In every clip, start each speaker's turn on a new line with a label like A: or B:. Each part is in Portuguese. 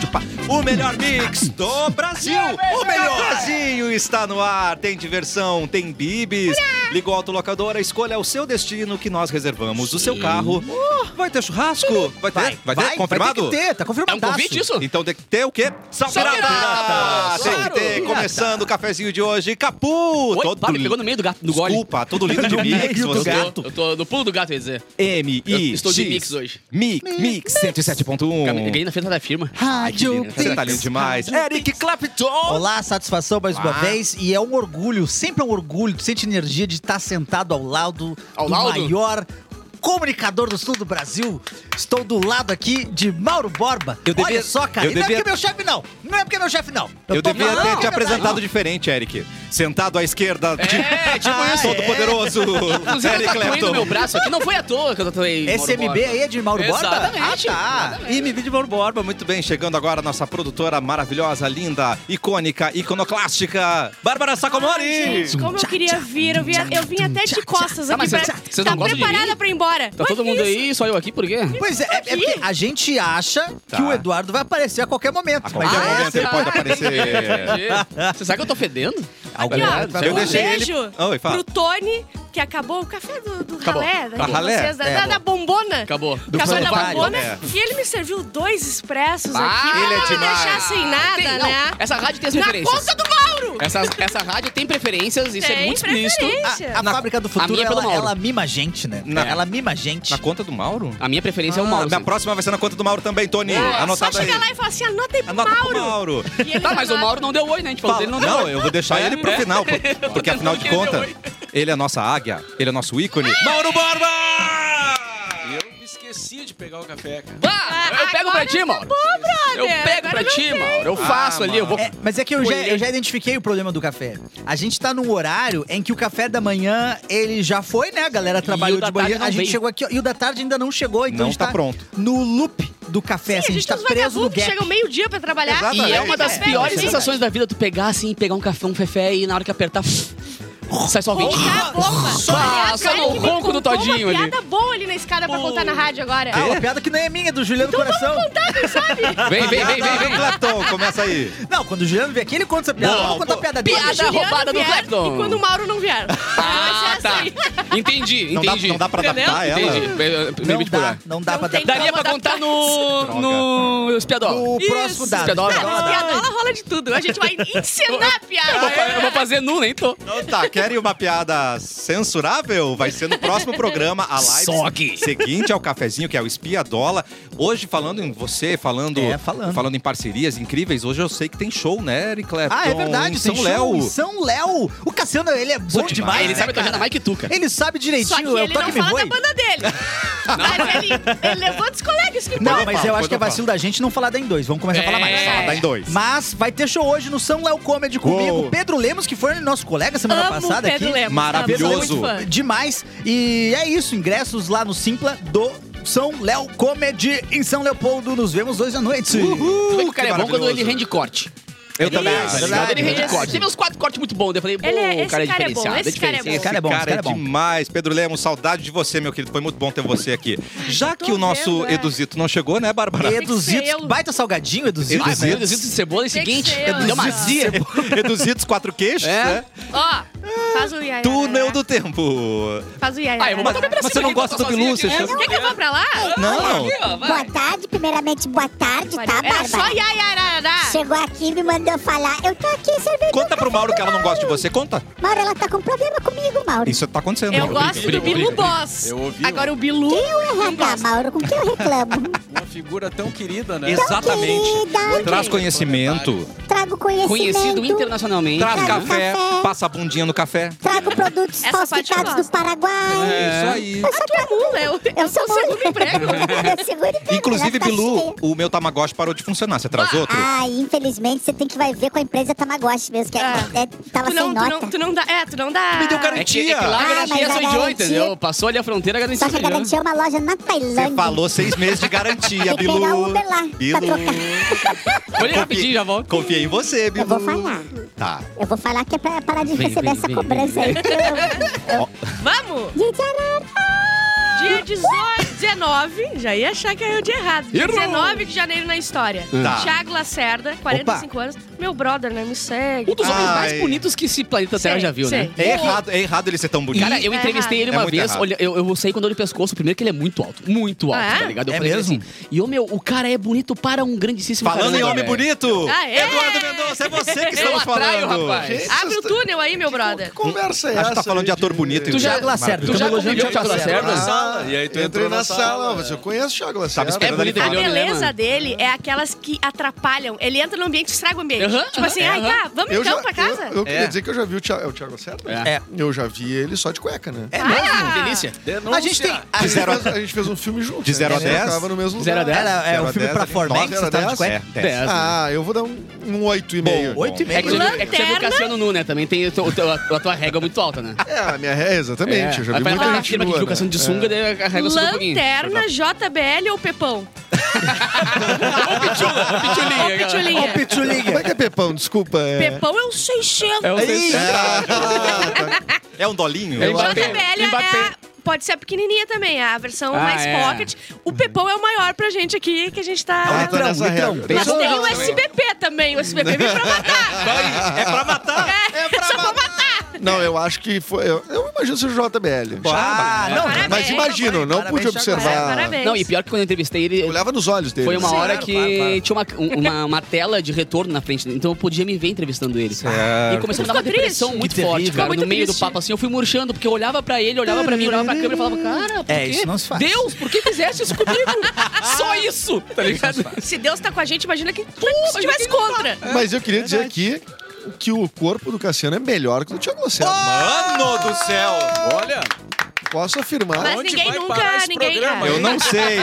A: tipo, "Ah, melhor mix do Brasil.
B: É
A: O melhor Brasil está no ar. Tem diversão, tem bibis. Liga o autolocadora, escolha o seu destino que nós reservamos o seu carro.
B: Uh.
A: Vai ter churrasco? Vai ter? Vai, ter? Confirmado?
C: Vai ter que ter, tá
B: É um
C: confirmado.
B: convite isso?
A: Então tem que ter o quê? Salve
B: Pirata!
A: pirata! Tem que
C: Claro!
A: ter.
C: Pirata.
A: Começando o cafezinho de hoje. Capu!
B: tá. Oi,
A: todo
B: pá, me pegou no meio do gato, do gole.
A: Desculpa, todo lindo de mix.
C: meio do
A: você-
C: gato.
B: Eu tô no pulo do gato, ia dizer.
A: M, I,
B: Eu estou de
A: X.
B: mix hoje.
A: Mix, mix
B: Eu
A: 107.1.
B: Ganhei na feira da firma.
C: Rádio
B: Ai, que
A: Você tá
C: Pix.
A: lindo demais. Eric Clapton!
C: Olá, satisfação mais uma
A: Olá.
C: vez. E é um orgulho, sempre é um orgulho. Tu sente energia de estar sentado ao lado
B: Ao
C: do
B: lado?
C: maior comunicador do sul do Brasil. Estou do lado aqui de Mauro Borba.
A: Eu devia-
C: Olha só, cara.
A: eu
C: e não é
A: devia-
C: porque é meu chefe, não. Não é porque é meu chefe, não.
A: Eu
C: tô
A: devia
C: falando tá
A: ter
C: de
A: te
C: verdade.
A: apresentado diferente, Eric. Sentado à esquerda,
B: É, tipo isso.
A: todo poderoso.
B: Inclusive, eu
A: Eric
B: tatuei no meu
A: Clapton.
B: braço aqui. Não foi à toa que eu tatuei. Mauro
C: Esse MB
B: Borba.
C: aí é de Mauro Borba?
B: Exatamente,
C: Ah, tá.
B: exatamente.
A: MV de Mauro Borba, muito bem. Chegando agora a nossa produtora maravilhosa, linda, icônica, iconoclástica, Bárbara Sacomori.
D: Gente, como eu queria vir, eu, vim- eu vim até de costas
B: Tá,
D: aqui
B: mas
D: pra...
B: vocês- vocês
D: tá
B: não gostam de
D: preparada
B: mim?
D: pra ir embora.
B: Tá
D: Mas
B: todo
D: que
B: mundo
D: isso?
B: aí, só eu aqui, por quê?
C: Pois é, é, é porque a gente acha
A: Tá.
C: que o Eduardo vai aparecer a qualquer momento.
A: A
C: mas
A: qualquer
C: é-
A: momento ele pode aparecer.
B: Você sabe que eu tô fedendo? é
D: Aqui, ó,
A: Eu
D: um
A: deixei ele-
D: beijo
A: Oi, fala.
D: pro Tony, que acabou o café do, do
B: Acabou,
D: ralé, da,
B: acabou.
D: de
A: Ralé,
D: vocês, da,
C: é,
D: da-
C: acabou.
D: da bombona.
B: Acabou.
D: Do café da
C: Planetário.
D: bombona.
A: É.
D: E ele me serviu dois expressos
B: Ah,
D: aqui. pra
A: ele é
D: não me
A: demais.
D: deixar sem nada,
B: Tem- não,
D: né?
B: Essa rádio tem as
D: Na
B: preferências.
D: conta do Mauro!
B: Essa, é essa rádio tem preferências, isso é
D: Tem
B: muito explícito.
D: preferência.
C: A, a fábrica do futuro,
B: minha é pelo
C: ela,
B: Mauro.
C: ela mima a gente, né?
A: Na-
C: Ela mima a gente.
A: Na conta do Mauro?
B: A minha preferência é o
A: Ah,
B: mouse.
A: Na próxima vai ser na conta do Mauro também, Tony.
D: É,
A: Anotado
D: Só
A: aí.
D: chegar lá e falar assim, anota aí pro
A: Anota
D: Mauro.
A: pro Mauro.
D: E ele
B: Tá, mas o
D: anota.
B: Mauro não deu oi, né? A gente falou dele, não deu
A: Não,
B: oi.
A: eu vou deixar ele pro final, pô, porque afinal de contas, ele é nossa águia, ele é nosso ícone. Mauro Borba!
E: Eu me esqueci de pegar o café, cara.
B: Bah, eu pego pra
D: Agora
B: ti, Mauro.
D: Ô, brother,
B: Eu pego
D: agora
B: pra
D: não
B: ti, Mauro. Eu faço ali, eu vou...
C: É, mas é que eu já,
B: Colher.
C: eu já identifiquei o problema do café. A gente tá num horário em que o café da manhã, ele já foi, né? A galera trabalhou
B: o da
C: de manhã.
B: tarde não
C: A gente
B: veio.
C: chegou aqui, ó, e o da tarde ainda não chegou, então
A: Não
C: a gente
A: tá pronto.
C: no loop do café,
B: é
C: assim,
D: Sim,
C: a gente tá
D: uns
C: preso no
D: vagabundos que
C: gap.
D: chegam meio-dia pra trabalhar.
A: Exato,
B: E é
A: Exatamente.
B: uma das
A: É,
B: piores
A: é
B: sensações da vida, tu pegar assim, pegar um café, um fefé e na hora que apertar... Sai só 20.
D: Contar a bomba.
B: Só-
D: Aliás,
B: só
D: olha
B: no
D: que me
B: ronco do
D: contou
B: Todinho
D: uma
B: ali.
D: piada boa ali na escada pra contar na rádio agora.
C: Ah, uma piada que não é minha, é do Juliano Coração.
B: Vem, vem, vem, vem,
A: Vem,
B: vem.
A: Platão, começa aí.
C: Não, quando o Juliano vem aqui, ele conta essa piada.
B: Não,
C: Vamos contar a
B: pô,
C: piada dele.
B: piada-
D: Juliano
B: roubada do
D: vier
B: Clapton.
D: E quando o Mauro não vier.
B: Ah,
D: Vai ser
B: tá.
D: assim.
B: Entendi, entendi.
A: Não dá, não dá pra adaptar
B: Entendi.
A: ela?
B: Eh, eh,
C: Não
B: permite
C: dá,
B: pular.
C: não dá
D: Não
C: pra
D: tem
C: dar.
B: Daria pra contar no... no... Espiadol.
C: O próximo
D: Isso.
C: dado.
B: Espedola.
C: Espedola,
D: Não,
C: dado.
D: piadola rola de tudo. A gente vai encenar a
B: Ah, Eu vou fa- Eu vou
D: piada.
B: fazer nu, nem tô.
A: Então tá, querem uma piada censurável? Vai ser no próximo programa, a live
B: Só que-
A: seguinte ao cafezinho, que é o Espiadola. Hoje falando em você, falando,
C: É, falando.
A: em parcerias incríveis, hoje eu sei que tem show, né, Eric Clapton?
C: Ah, é verdade,
A: em
C: tem
A: São
C: show
A: Léo.
C: em São Léo. O Cassiano, ele é bom demais.
B: Ele
C: né,
B: sabe a tua
C: cara?
B: agenda mais que tu, cara.
C: Ele sabe
D: Só que
C: direitinho, é o
D: ele
C: toque
D: não
C: me
D: fala
C: voe.
D: da banda dele. Mas ele, ele levanta os colegas que
C: Não,
D: podem.
C: mas
A: falo,
C: eu
A: depois
C: acho que é
A: eu falo.
C: vacilo da gente não falar da em dois. Vamos começar a falar mais.
B: É.
A: Tá, dá em dois.
C: Mas vai ter show hoje no São Léo Comedy
A: Uou.
C: comigo. Pedro Lemos, que foi nosso colega semana
D: Amo o
C: passada
D: Pedro
C: aqui. é
D: Lemos.
A: Maravilhoso.
D: Amo, sou muito fã.
C: Demais. E é isso, ingressos lá no Simpla do São Léo Comedy em São Leopoldo. Nos vemos hoje à noite.
B: Tu vê
A: Uhul,
B: que
A: uh,
B: o cara
A: que
B: é bom quando
A: maravilhoso.
B: ele rende É corte.
A: Eu também,
C: Isso,
A: tá ligado?
C: verdade.
B: Ele rende
C: Esse-
B: corte. Teve uns quatro cortes muito bons. daí Eu falei, pô,
D: Ele é-
B: o
D: esse
B: cara é
D: cara é bom,
B: diferenciado.
D: esse cara é
B: diferenciado.
C: Esse cara é bom,
A: cara,
C: esse cara é bom.
A: demais. Pedro Lemos, saudade de você, meu querido. Foi muito bom ter você aqui. Já
D: tô
A: que o nosso
D: vendo, é.
A: Eduzito não chegou, né, Bárbara?
D: Tem que ser
C: Eduzito,
D: eu.
C: baita salgadinho, Eduzito.
B: Ah,
C: né?
B: meu Deus, de cebola é o
D: Tem que
B: seguinte.
D: ser,
B: Deu uma
C: Eduzito.
B: zia.
A: Eduzitos quatro queixos,
B: É.
A: né?
D: Ó, faz o iaia.
A: Túnel do tempo.
D: Faz o iaia.
B: Ah, eu vou botar bem pra
A: Mas
B: cima.
A: você não
B: aqui,
A: gosta
B: tô
A: do
B: sozinho
A: Lúcio,
B: aqui, né?
A: Chester?
D: Quer que eu vá pra lá?
A: Não.
B: Aqui, ó, vai.
F: Boa tarde, primeiramente, boa tarde, tá,
D: Era só
F: Bárbara?
D: iaiararará.
F: Chegou aqui e me mandou falar. Eu tô aqui servindo. um
A: Conta pro Mauro que ela não gosta de você. Conta.
F: Mauro, ela tá com problema comigo, Mauro.
A: Isso tá acontecendo.
D: Eu
A: Mauro.
D: gosto do
B: briga,
D: Bilu
B: briga.
D: Boss.
E: Eu ouvi,
D: Agora o Bilu.
F: E é o RH, Mauro, com que eu reclamo? Então,
E: Uma figura tão querida, né?
A: Exatamente.
F: Querida,
A: Traz conhecimento,
F: trago conhecimento.
B: Conhecido internacionalmente.
A: traz
B: né?
A: café,
F: Café.
A: passa a bundinha no café.
F: Trago produtos
D: Essa parte eu
F: falsificados
D: gosto. né?
F: do Paraguai.
A: É, Isso aí.
F: Eu sou comum.
D: Eu,
F: Eu
D: eu sou
F: sou
D: é o um segundo
F: comum.
D: emprego.
F: Eu seguro emprego,
A: Inclusive,
F: ela tá cheia.
A: Bilu, o meu Tamagotchi parou de funcionar. Você traz outro?
F: Ah, infelizmente, você tem que vai ver com a empresa Tamagotchi mesmo, que é-
D: Ah.
F: é- tava
D: Tu não,
F: sem
D: tu,
F: nota.
D: não, tu não dá. É, tu não dá.
A: Me deu cara-
B: É que, é que lá
F: Ah,
B: a garantia
F: mas
B: só
F: a
B: idiota,
F: garantia-
B: entendeu? Passou ali a fronteira, a garantia
F: Só que
B: só
F: a
B: idiota.
F: garantia é uma loja na Tailândia.
A: Você falou seis meses de garantia,
F: Tem que pegar
A: Bilu.
F: o Uber lá, pra
A: Bilu.
B: Olha rapidinho, já volto.
A: Confiei em você, Bilu.
F: Eu vou falar.
A: Tá.
F: Eu vou falar que é pra parar de
B: Vem,
F: receber
B: vem,
F: essa
B: vem,
F: cobrança aí. que eu- eu-
D: Vamos!
F: Gente, Arara,
D: Dia 18, 19, já ia achar que era eu de errado.
E: Errou!
D: 19 de janeiro na história.
A: Tá.
D: Thiago Lacerda, 45 anos. Meu brother, né? Me segue.
B: Um dos homens mais
A: Ai.
B: bonitos que esse planeta Terra
D: Sei,
B: já viu, né?
D: sei.
A: É errado, é errado ele ser tão bonito.
B: Cara, eu
D: É
B: entrevistei
D: errado.
B: ele
A: É
B: uma
A: muito
B: vez,
A: errado.
B: olha, eu, eu sei quando olho o pescoço, primeiro que ele é muito alto, muito alto,
D: Ah, é?
B: tá ligado? Eu
C: É
B: falei pra ele
C: mesmo?
B: assim, e o meu, o cara é bonito para um grandíssimo
A: Falando em
B: caramba,
A: homem
B: velho.
A: bonito,
D: Ah, é?
A: Eduardo Mendonça, é você que
B: Eu
A: estamos
B: atraio,
A: falando.
B: rapaz.
D: Abre o túnel aí, meu brother.
G: Conversa é
A: Acho
G: essa?
A: que tá falando
G: aí
A: de ator bonito.
B: Tu
A: hein?
B: já,
C: Thiago Lacerda,
B: tu já
C: tamo elogiando
B: comeu
C: o Thiago
B: Thiago Lacerda?
E: na
G: Ah,
E: sala. E aí tu
G: eu entrei
E: entrou
G: na sala, mas eu conheço o Thiago Lacerda.
A: Tava esperando
B: É bonito
A: ele
D: A
A: falar.
B: Olhou, né,
D: beleza
B: mano?
D: dele é aquelas que atrapalham. Ele entra no ambiente e estraga o ambiente.
B: Aham,
D: tipo assim,
B: aham,
D: ai,
B: aham.
D: tá, vamos
G: Eu
D: então
G: já-
D: pra casa?
G: Eu, eu queria
E: É.
G: dizer que eu já vi o Thiago, é o Thiago Lacerda?
B: É.
C: É.
G: Eu já vi ele só de cueca, né?
C: É
D: Ah!
B: Delícia.
E: Denúncia.
C: A gente tem.
G: A gente,
A: zero a-
G: fez, a gente fez um filme junto.
A: De zero a
G: gente
A: dez?
G: tocava no mesmo
B: Zero a né?
G: lugar.
B: dez?
C: Era, é
A: Zero
C: um
A: a
C: filme
A: dez,
C: pra
A: ali.
C: Formex,
G: Nossa,
C: você tá
G: era
C: de
G: dez?
C: cueca?
A: É, é.
G: Ah, eu vou dar um, um 8,5.
A: Bom,
C: Oito e
B: assim. É que, tu,
C: meio.
B: é que tu viu o Cassiano Nu, né? Também tem o teu- o teu- a tua- a tua régua muito alta, né?
G: É, a minha ré, exatamente. Eu já
B: Aí
G: vi
B: vai
G: muita
B: lá na
G: gente
B: firma que
G: nua,
B: viu o
G: né?
B: Cassiano de sunga, daí a régua subiu um pouquinho.
D: Lanterna, JBL ou Pepão?
B: Pitulinha,
D: Ô,
C: Ô,
D: Pitulinha.
G: Como é
C: Pitulinha.
G: que é Pepão? Desculpa. é-
D: Pepão é um 600.
B: É o
C: Ih,
A: É um dolinho?
B: É Mbappé.
D: JBL
B: Mbappé.
D: é. Pode ser a pequenininha também, a versão
B: Ah,
D: mais
B: é.
D: pocket. O Pepão é o maior pra gente aqui, que a gente tá.
G: Ah,
C: Litrão,
G: tá nessa
C: litrão.
G: regra.
D: Mas
B: Pensou
D: tem
B: já
D: o
B: também.
D: SBP também, o SBP vem pra matar.
A: É pra matar.
D: É, só pra matar.
G: Não, eu acho que foi. Eu, eu imagino ser o JBL.
C: Ah, não,
D: Parabéns.
G: né? Mas imagino, não
C: Parabéns,
G: pude
C: Thiago
G: observar.
D: Parabéns.
B: Não, e pior que quando eu entrevistei ele,
G: Eu olhava nos olhos dele.
B: foi uma
G: assim.
B: hora
C: claro,
B: que
C: claro, claro.
B: tinha uma, um- uma, uma tela de retorno na frente, então eu podia me ver entrevistando ele. E começou a me dar uma
D: Ficou
B: depressão
D: triste?
B: muito
C: Que
B: forte,
C: terrível.
B: cara.
D: Muito
B: no meio
D: triste.
B: do papo assim, eu fui murchando, porque eu olhava pra ele, olhava pra mim, olhava pra câmera e falava, cara, por
C: É,
B: quê?
C: isso não se faz.
B: Deus, por que fizeste isso comigo? Só isso, tá ligado?
D: Se Deus tá com a gente, imagina que se tivesse contra.
G: Mas eu queria dizer aqui que o corpo do Cassiano é melhor que o do Thiago Lacerda.
A: Mano do céu!
E: Olha,
G: Posso afirmar.
D: Mas
E: Onde
D: ninguém
E: vai parar
D: nunca.
E: esse
D: Ninguém.
E: programa?
D: ah,
A: Eu não sei.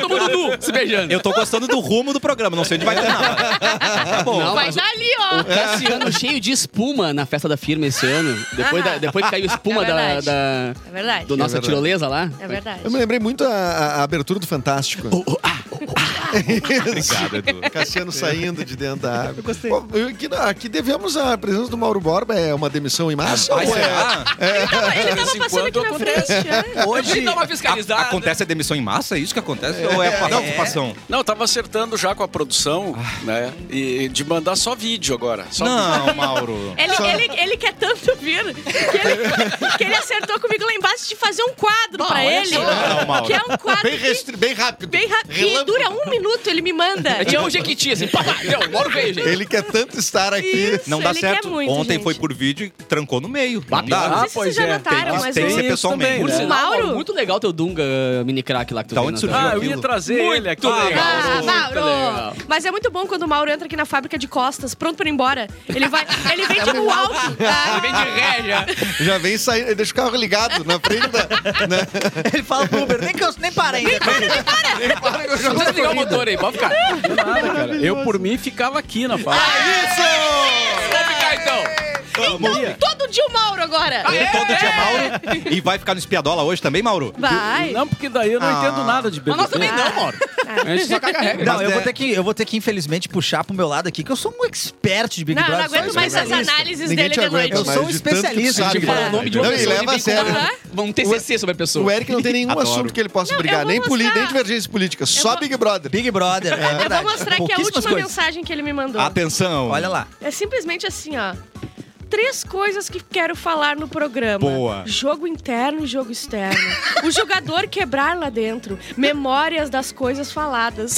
B: Todo mundo nu, se beijando.
A: Eu tô gostando do rumo do programa, não sei onde vai ter nada. Tá bom.
B: Não,
D: Vai
B: mas
D: dar ali, ó.
B: O Cassiano cheio de espuma na festa da firma esse ano. Depois, da- depois que caiu espuma
D: É
B: da,
D: verdade.
B: da-
D: É verdade.
B: do nossa
G: verdade.
B: tirolesa lá.
D: É verdade.
G: Eu me lembrei muito a, a- a abertura do Fantástico.
A: Oh, ah, Obrigado, Edu.
G: Cassiano saindo de dentro da água. Eu gostei. aqui, aqui devemos a presença do Mauro Borba. É uma demissão em massa?
A: Vai
G: ou é-
A: será?
D: Ele tava, ele
E: De vez
D: tava
E: em
D: passando aqui
E: quando
D: na frente. né?
B: Hoje dá uma
A: A-
B: fiscalizada.
A: acontece a demissão em massa? É isso que acontece? Ou é a ocupação?
E: Não, eu tava acertando já com a produção, né? E de mandar só vídeo agora. Só
A: Não, Mauro.
D: Ele,
G: Só-
D: ele, ele quer tanto vir que ele, que ele acertou comigo lá embaixo de fazer um quadro
B: Bom,
D: pra
B: olha
D: ele.
A: só. Não, Mauro.
D: que é um quadro
G: Bem,
D: que-
G: restri- bem rápido.
D: bem rápido. E
G: Relâmpago.
D: dura um minuto, ele me manda.
B: É tipo um jequiti, assim, pá, pá, deu, bora ver, gente.
G: Ele quer tanto estar aqui.
D: Isso,
A: Não dá
D: ele quer
A: certo.
D: muito,
A: Ontem
D: gente.
A: foi por vídeo e trancou no meio. Não
B: Bateu.
D: Não
A: dá.
D: sei se vocês
E: pois
D: já
E: é,
D: notaram,
A: tem que-
D: mas
A: tem
D: o-
A: que ser pessoalmente.
E: também,
B: Por
E: né?
D: o Mauro...
B: Muito legal teu Dunga uh, mini crack lá que tu
A: Da
B: fez,
A: onde
B: né?
A: surgiu?
E: Ah, eu ia
A: Aquilo.
E: trazer ele aqui.
B: Muito
E: né?
B: legal.
D: Ah,
B: Muito legal.
D: Mauro! Mas é muito bom quando o Mauro entra aqui na fábrica de costas, pronto pra ir embora. Ele vai. Ele vem tipo alto.
B: Ele vem Ah, de
D: Ah.
B: régia.
G: Já vem saindo. Ele Deixa o carro ligado na frente da. né?
C: Ele fala pro Uber, nem, que eu, nem para ainda.
B: Não
D: Ah,
B: precisa ligar o motor aí, pode ficar. Pode
E: Nada, cara. Eu, por mim, ficava aqui na fábrica.
B: ficar então.
A: Vamos.
D: Todo dia o Mauro agora!
A: É todo dia, Mauro. E vai ficar no espiadola hoje também, Mauro?
D: Vai!
E: Não, porque daí eu não
A: Ah.
E: entendo nada de
B: Mas
E: BBB.
B: nós também não, Mauro.
D: Ah.
B: A gente só caga a regra.
C: Não, eu vou, ter que, eu vou ter que, infelizmente, puxar pro meu lado aqui, que eu sou um expert de Big
D: Não, não
C: Brother. sou
D: aguento mais essas
C: especialista.
D: análises
G: Ninguém
D: dele
G: te
D: de
G: aguenta
C: Eu
D: noite.
G: mais.
C: sou um
G: de tanto que
C: especialista.
G: sabe,
B: Tipo,
G: cara.
B: o nome de uma
G: Não, e
B: pessoa
G: leva
B: que
G: a sério.
B: Vamos TCC sobre a pessoa.
G: O Eric não tem nenhum
A: Adoro.
G: assunto que ele possa
D: Não, eu
G: brigar,
D: vou
G: nem, poli,
D: mostrar.
G: nem divergências políticas,
D: Eu
G: só
D: vou-
G: Big Brother.
C: Big Brother, é
D: Eu
C: verdade.
D: vou mostrar aqui a
C: Pouquíssimas
D: última
C: coisas.
D: mensagem que ele me mandou.
A: Ah, Atenção.
C: Olha lá.
D: É simplesmente assim, ó. Três coisas que quero falar no programa.
A: Boa.
D: Jogo interno e jogo externo. o jogador quebrar lá dentro. Memórias das coisas faladas.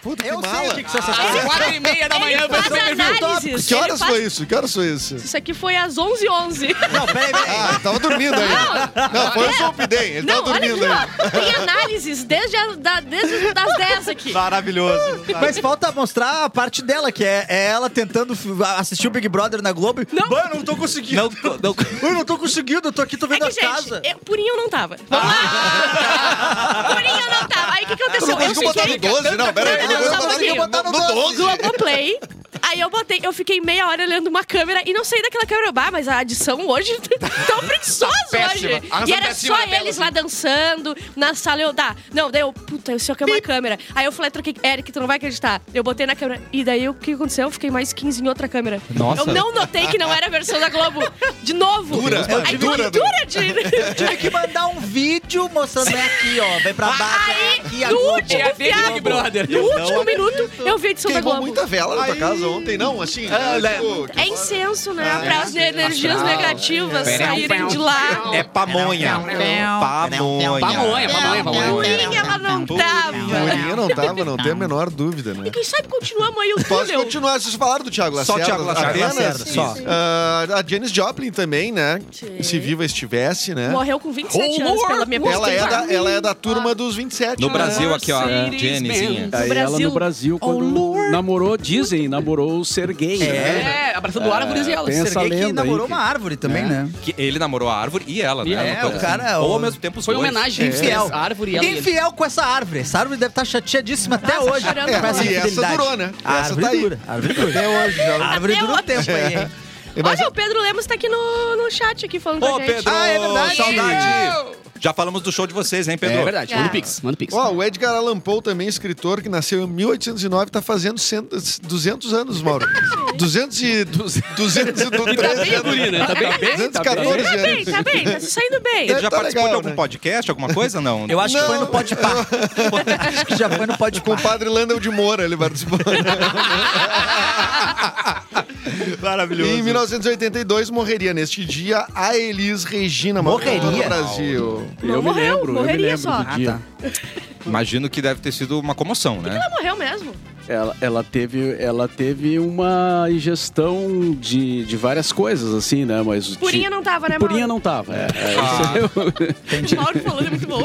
G: Puta, que
C: Eu sei o
G: mala.
C: que, que são
D: Ah,
C: essas
B: Às
C: coisas.
B: quatro e meia da manhã,
D: ele faz
B: pessoa
D: análises.
G: "Ah, Que horas
D: ele faz-
G: foi isso? Que horas foi isso?
D: Isso aqui foi às 11h11. 11.
C: Não, peraí, peraí.
G: Ah, tava dormindo ainda. Não, foi o Zolpidem, ele
D: Não,
G: tava
D: olha
G: tá dormindo ainda.
D: aqui, ó. Tem análises desde, a, da, desde das 10 aqui.
G: Tá
A: Maravilhoso.
C: Mas falta mostrar a parte dela, que é, é ela tentando f- assistir o Big Brother na Globo. e, "Bah, eu não tô conseguindo.
A: Não, não-
C: Eu não tô conseguindo, eu tô aqui, tô
D: É
C: vendo
D: que,
C: as casas.
D: gente, eu, purinho eu não tava. Vamos lá! Purinho eu não tava. Aí o que
G: Tu não
A: Tá
D: aconteceu? Eu
G: conseguiu botar
D: fiquei...
G: no 12? Não, peraí.
D: Não, só um pouquinho.
G: no 12.
D: Globoplay Aí eu botei, eu fiquei meia hora olhando uma câmera e não saí daquela câmera. Bah, mas a adição hoje tá tão preguiçosa hoje.
B: Péssima. Arrasa
D: E era
B: pra cima
D: só
B: da tela,
D: eles lá dançando, na sala eu dá. Não, daí eu, puta, eu sei que é uma câmera. Aí eu falei, troquei, Eric, tu não vai acreditar. Eu botei na câmera. E daí o que aconteceu? Eu fiquei mais 15 em outra câmera.
A: Nossa.
D: Eu não notei que não era a versão da Globo. De novo.
G: Dura,
D: Aí,
G: dura,
D: dura, dura de.
C: Tive que mandar um vídeo mostrando é aqui, ó. Vem pra baixo, é aqui, a
D: no
C: Globo.
D: último, piada,
H: Brother.
D: no último minuto, eu vi a edição da
G: Queimou
D: Globo.
G: muita vela na tua casa ontem, não? Assim,
C: Ah,
G: né?
C: né?
G: Tipo,
D: É incenso, né?
G: Ah,
D: pra as energias
G: Astral.
D: negativas
A: É.
D: saírem de lá.
A: É pamonha. Pamonha.
H: Pamonha, pamonha, pamonha.
D: Purinha, ela não
A: Purinha.
D: tava.
G: Murinha não tava, não tem a menor dúvida, né?
D: Quem sabe continuamos aí o
G: Posso
D: túnel.
G: continuar? Vocês falaram do Thiago
A: Só
G: Lacerda?
A: Thiago Lacerda.
G: apenas?
A: Lacerda, só.
G: Ah, a Janis Joplin também, né?
D: Sim.
G: Se viva estivesse, né?
D: Morreu com 27 anos, pela minha
G: Ela é,
D: pesquisa.
G: da, ela é da turma dos 27.
A: No
G: né?
A: Brasil aqui, ó.
H: Mercedes-Benz.
A: Jennyzinha.
E: Aí ela
D: Brasil. Oh,
E: no Brasil, quando namorou, dizem, namorou o ser gay. né?
H: É, abraçando o árvores e ela.
E: tem essa
C: Serguei que
E: lenda aí.
C: namorou uma árvore
G: É.
C: também, né?
A: Que ele namorou a árvore e ela, né?
H: E
A: Ela
H: é,
A: não
C: o
A: tá-
C: cara-
A: Ou ao
C: o-
A: mesmo tempo os
H: Foi uma
A: dois. É.
H: homenagem.
C: Infiel.
H: A árvore e ela. e ele.
C: Infiel com essa árvore. Essa árvore deve estar chateadíssima até
D: Nossa,
C: hoje.
D: chorando
C: com
D: ela.
C: essa
G: E essa
C: fidelidade.
G: durou, né?
C: A
G: Essa
C: árvore
G: tá aí.
C: dura. A árvore dura.
G: Até hoje, já.
C: A árvore
D: Até
C: dura um
D: hoje.
C: tempo aí, hein?
G: Mas-
D: Olha, o Pedro Lemos tá aqui no, no chat aqui falando com
A: Ô,
D: a gente.
A: Pedro!
C: Ah, é verdade.
A: Saudade! Já falamos do show de vocês, hein, Pedro?
H: É verdade. Manda o pix, manda o pix.
G: Ó, o Edgar Allan Poe também, escritor, que nasceu em 1809, tá fazendo cento- 200 anos, Mauro. 200 e... 213
H: Tá bem,
G: anos.
H: guri, né? Tá bem, bem.
G: 214
D: Tá bem,
G: anos.
D: tá bem, tá se saindo bem.
A: Ele já
G: Tá
A: participou de
G: legal,
A: algum
G: né?
A: podcast, alguma coisa? Não.
C: Eu acho
G: Não.
C: que foi no Pode Pá. acho que já foi no Pode
G: Com
C: Pá.
G: o padre Landel de Moura, ele participou.
A: Maravilhoso.
G: em 1982, morreria neste dia a Elis Regina, Mauro,
C: Morreria?
G: cantora do Brasil.
D: Não
E: eu
D: morreu,
E: me lembro, eu me
D: morreria
E: lembro
D: só.
E: do dia.
A: Imagino que deve ter sido uma comoção, né?
D: Ela morreu mesmo.
E: Ela, ela teve, ela teve uma ingestão de, de várias coisas, assim, né? Mas
D: Purinha
E: de,
D: não tava, né,
E: Purinha
D: Mauro?
E: não tava. É, é,
D: O Mauro falando é muito bom.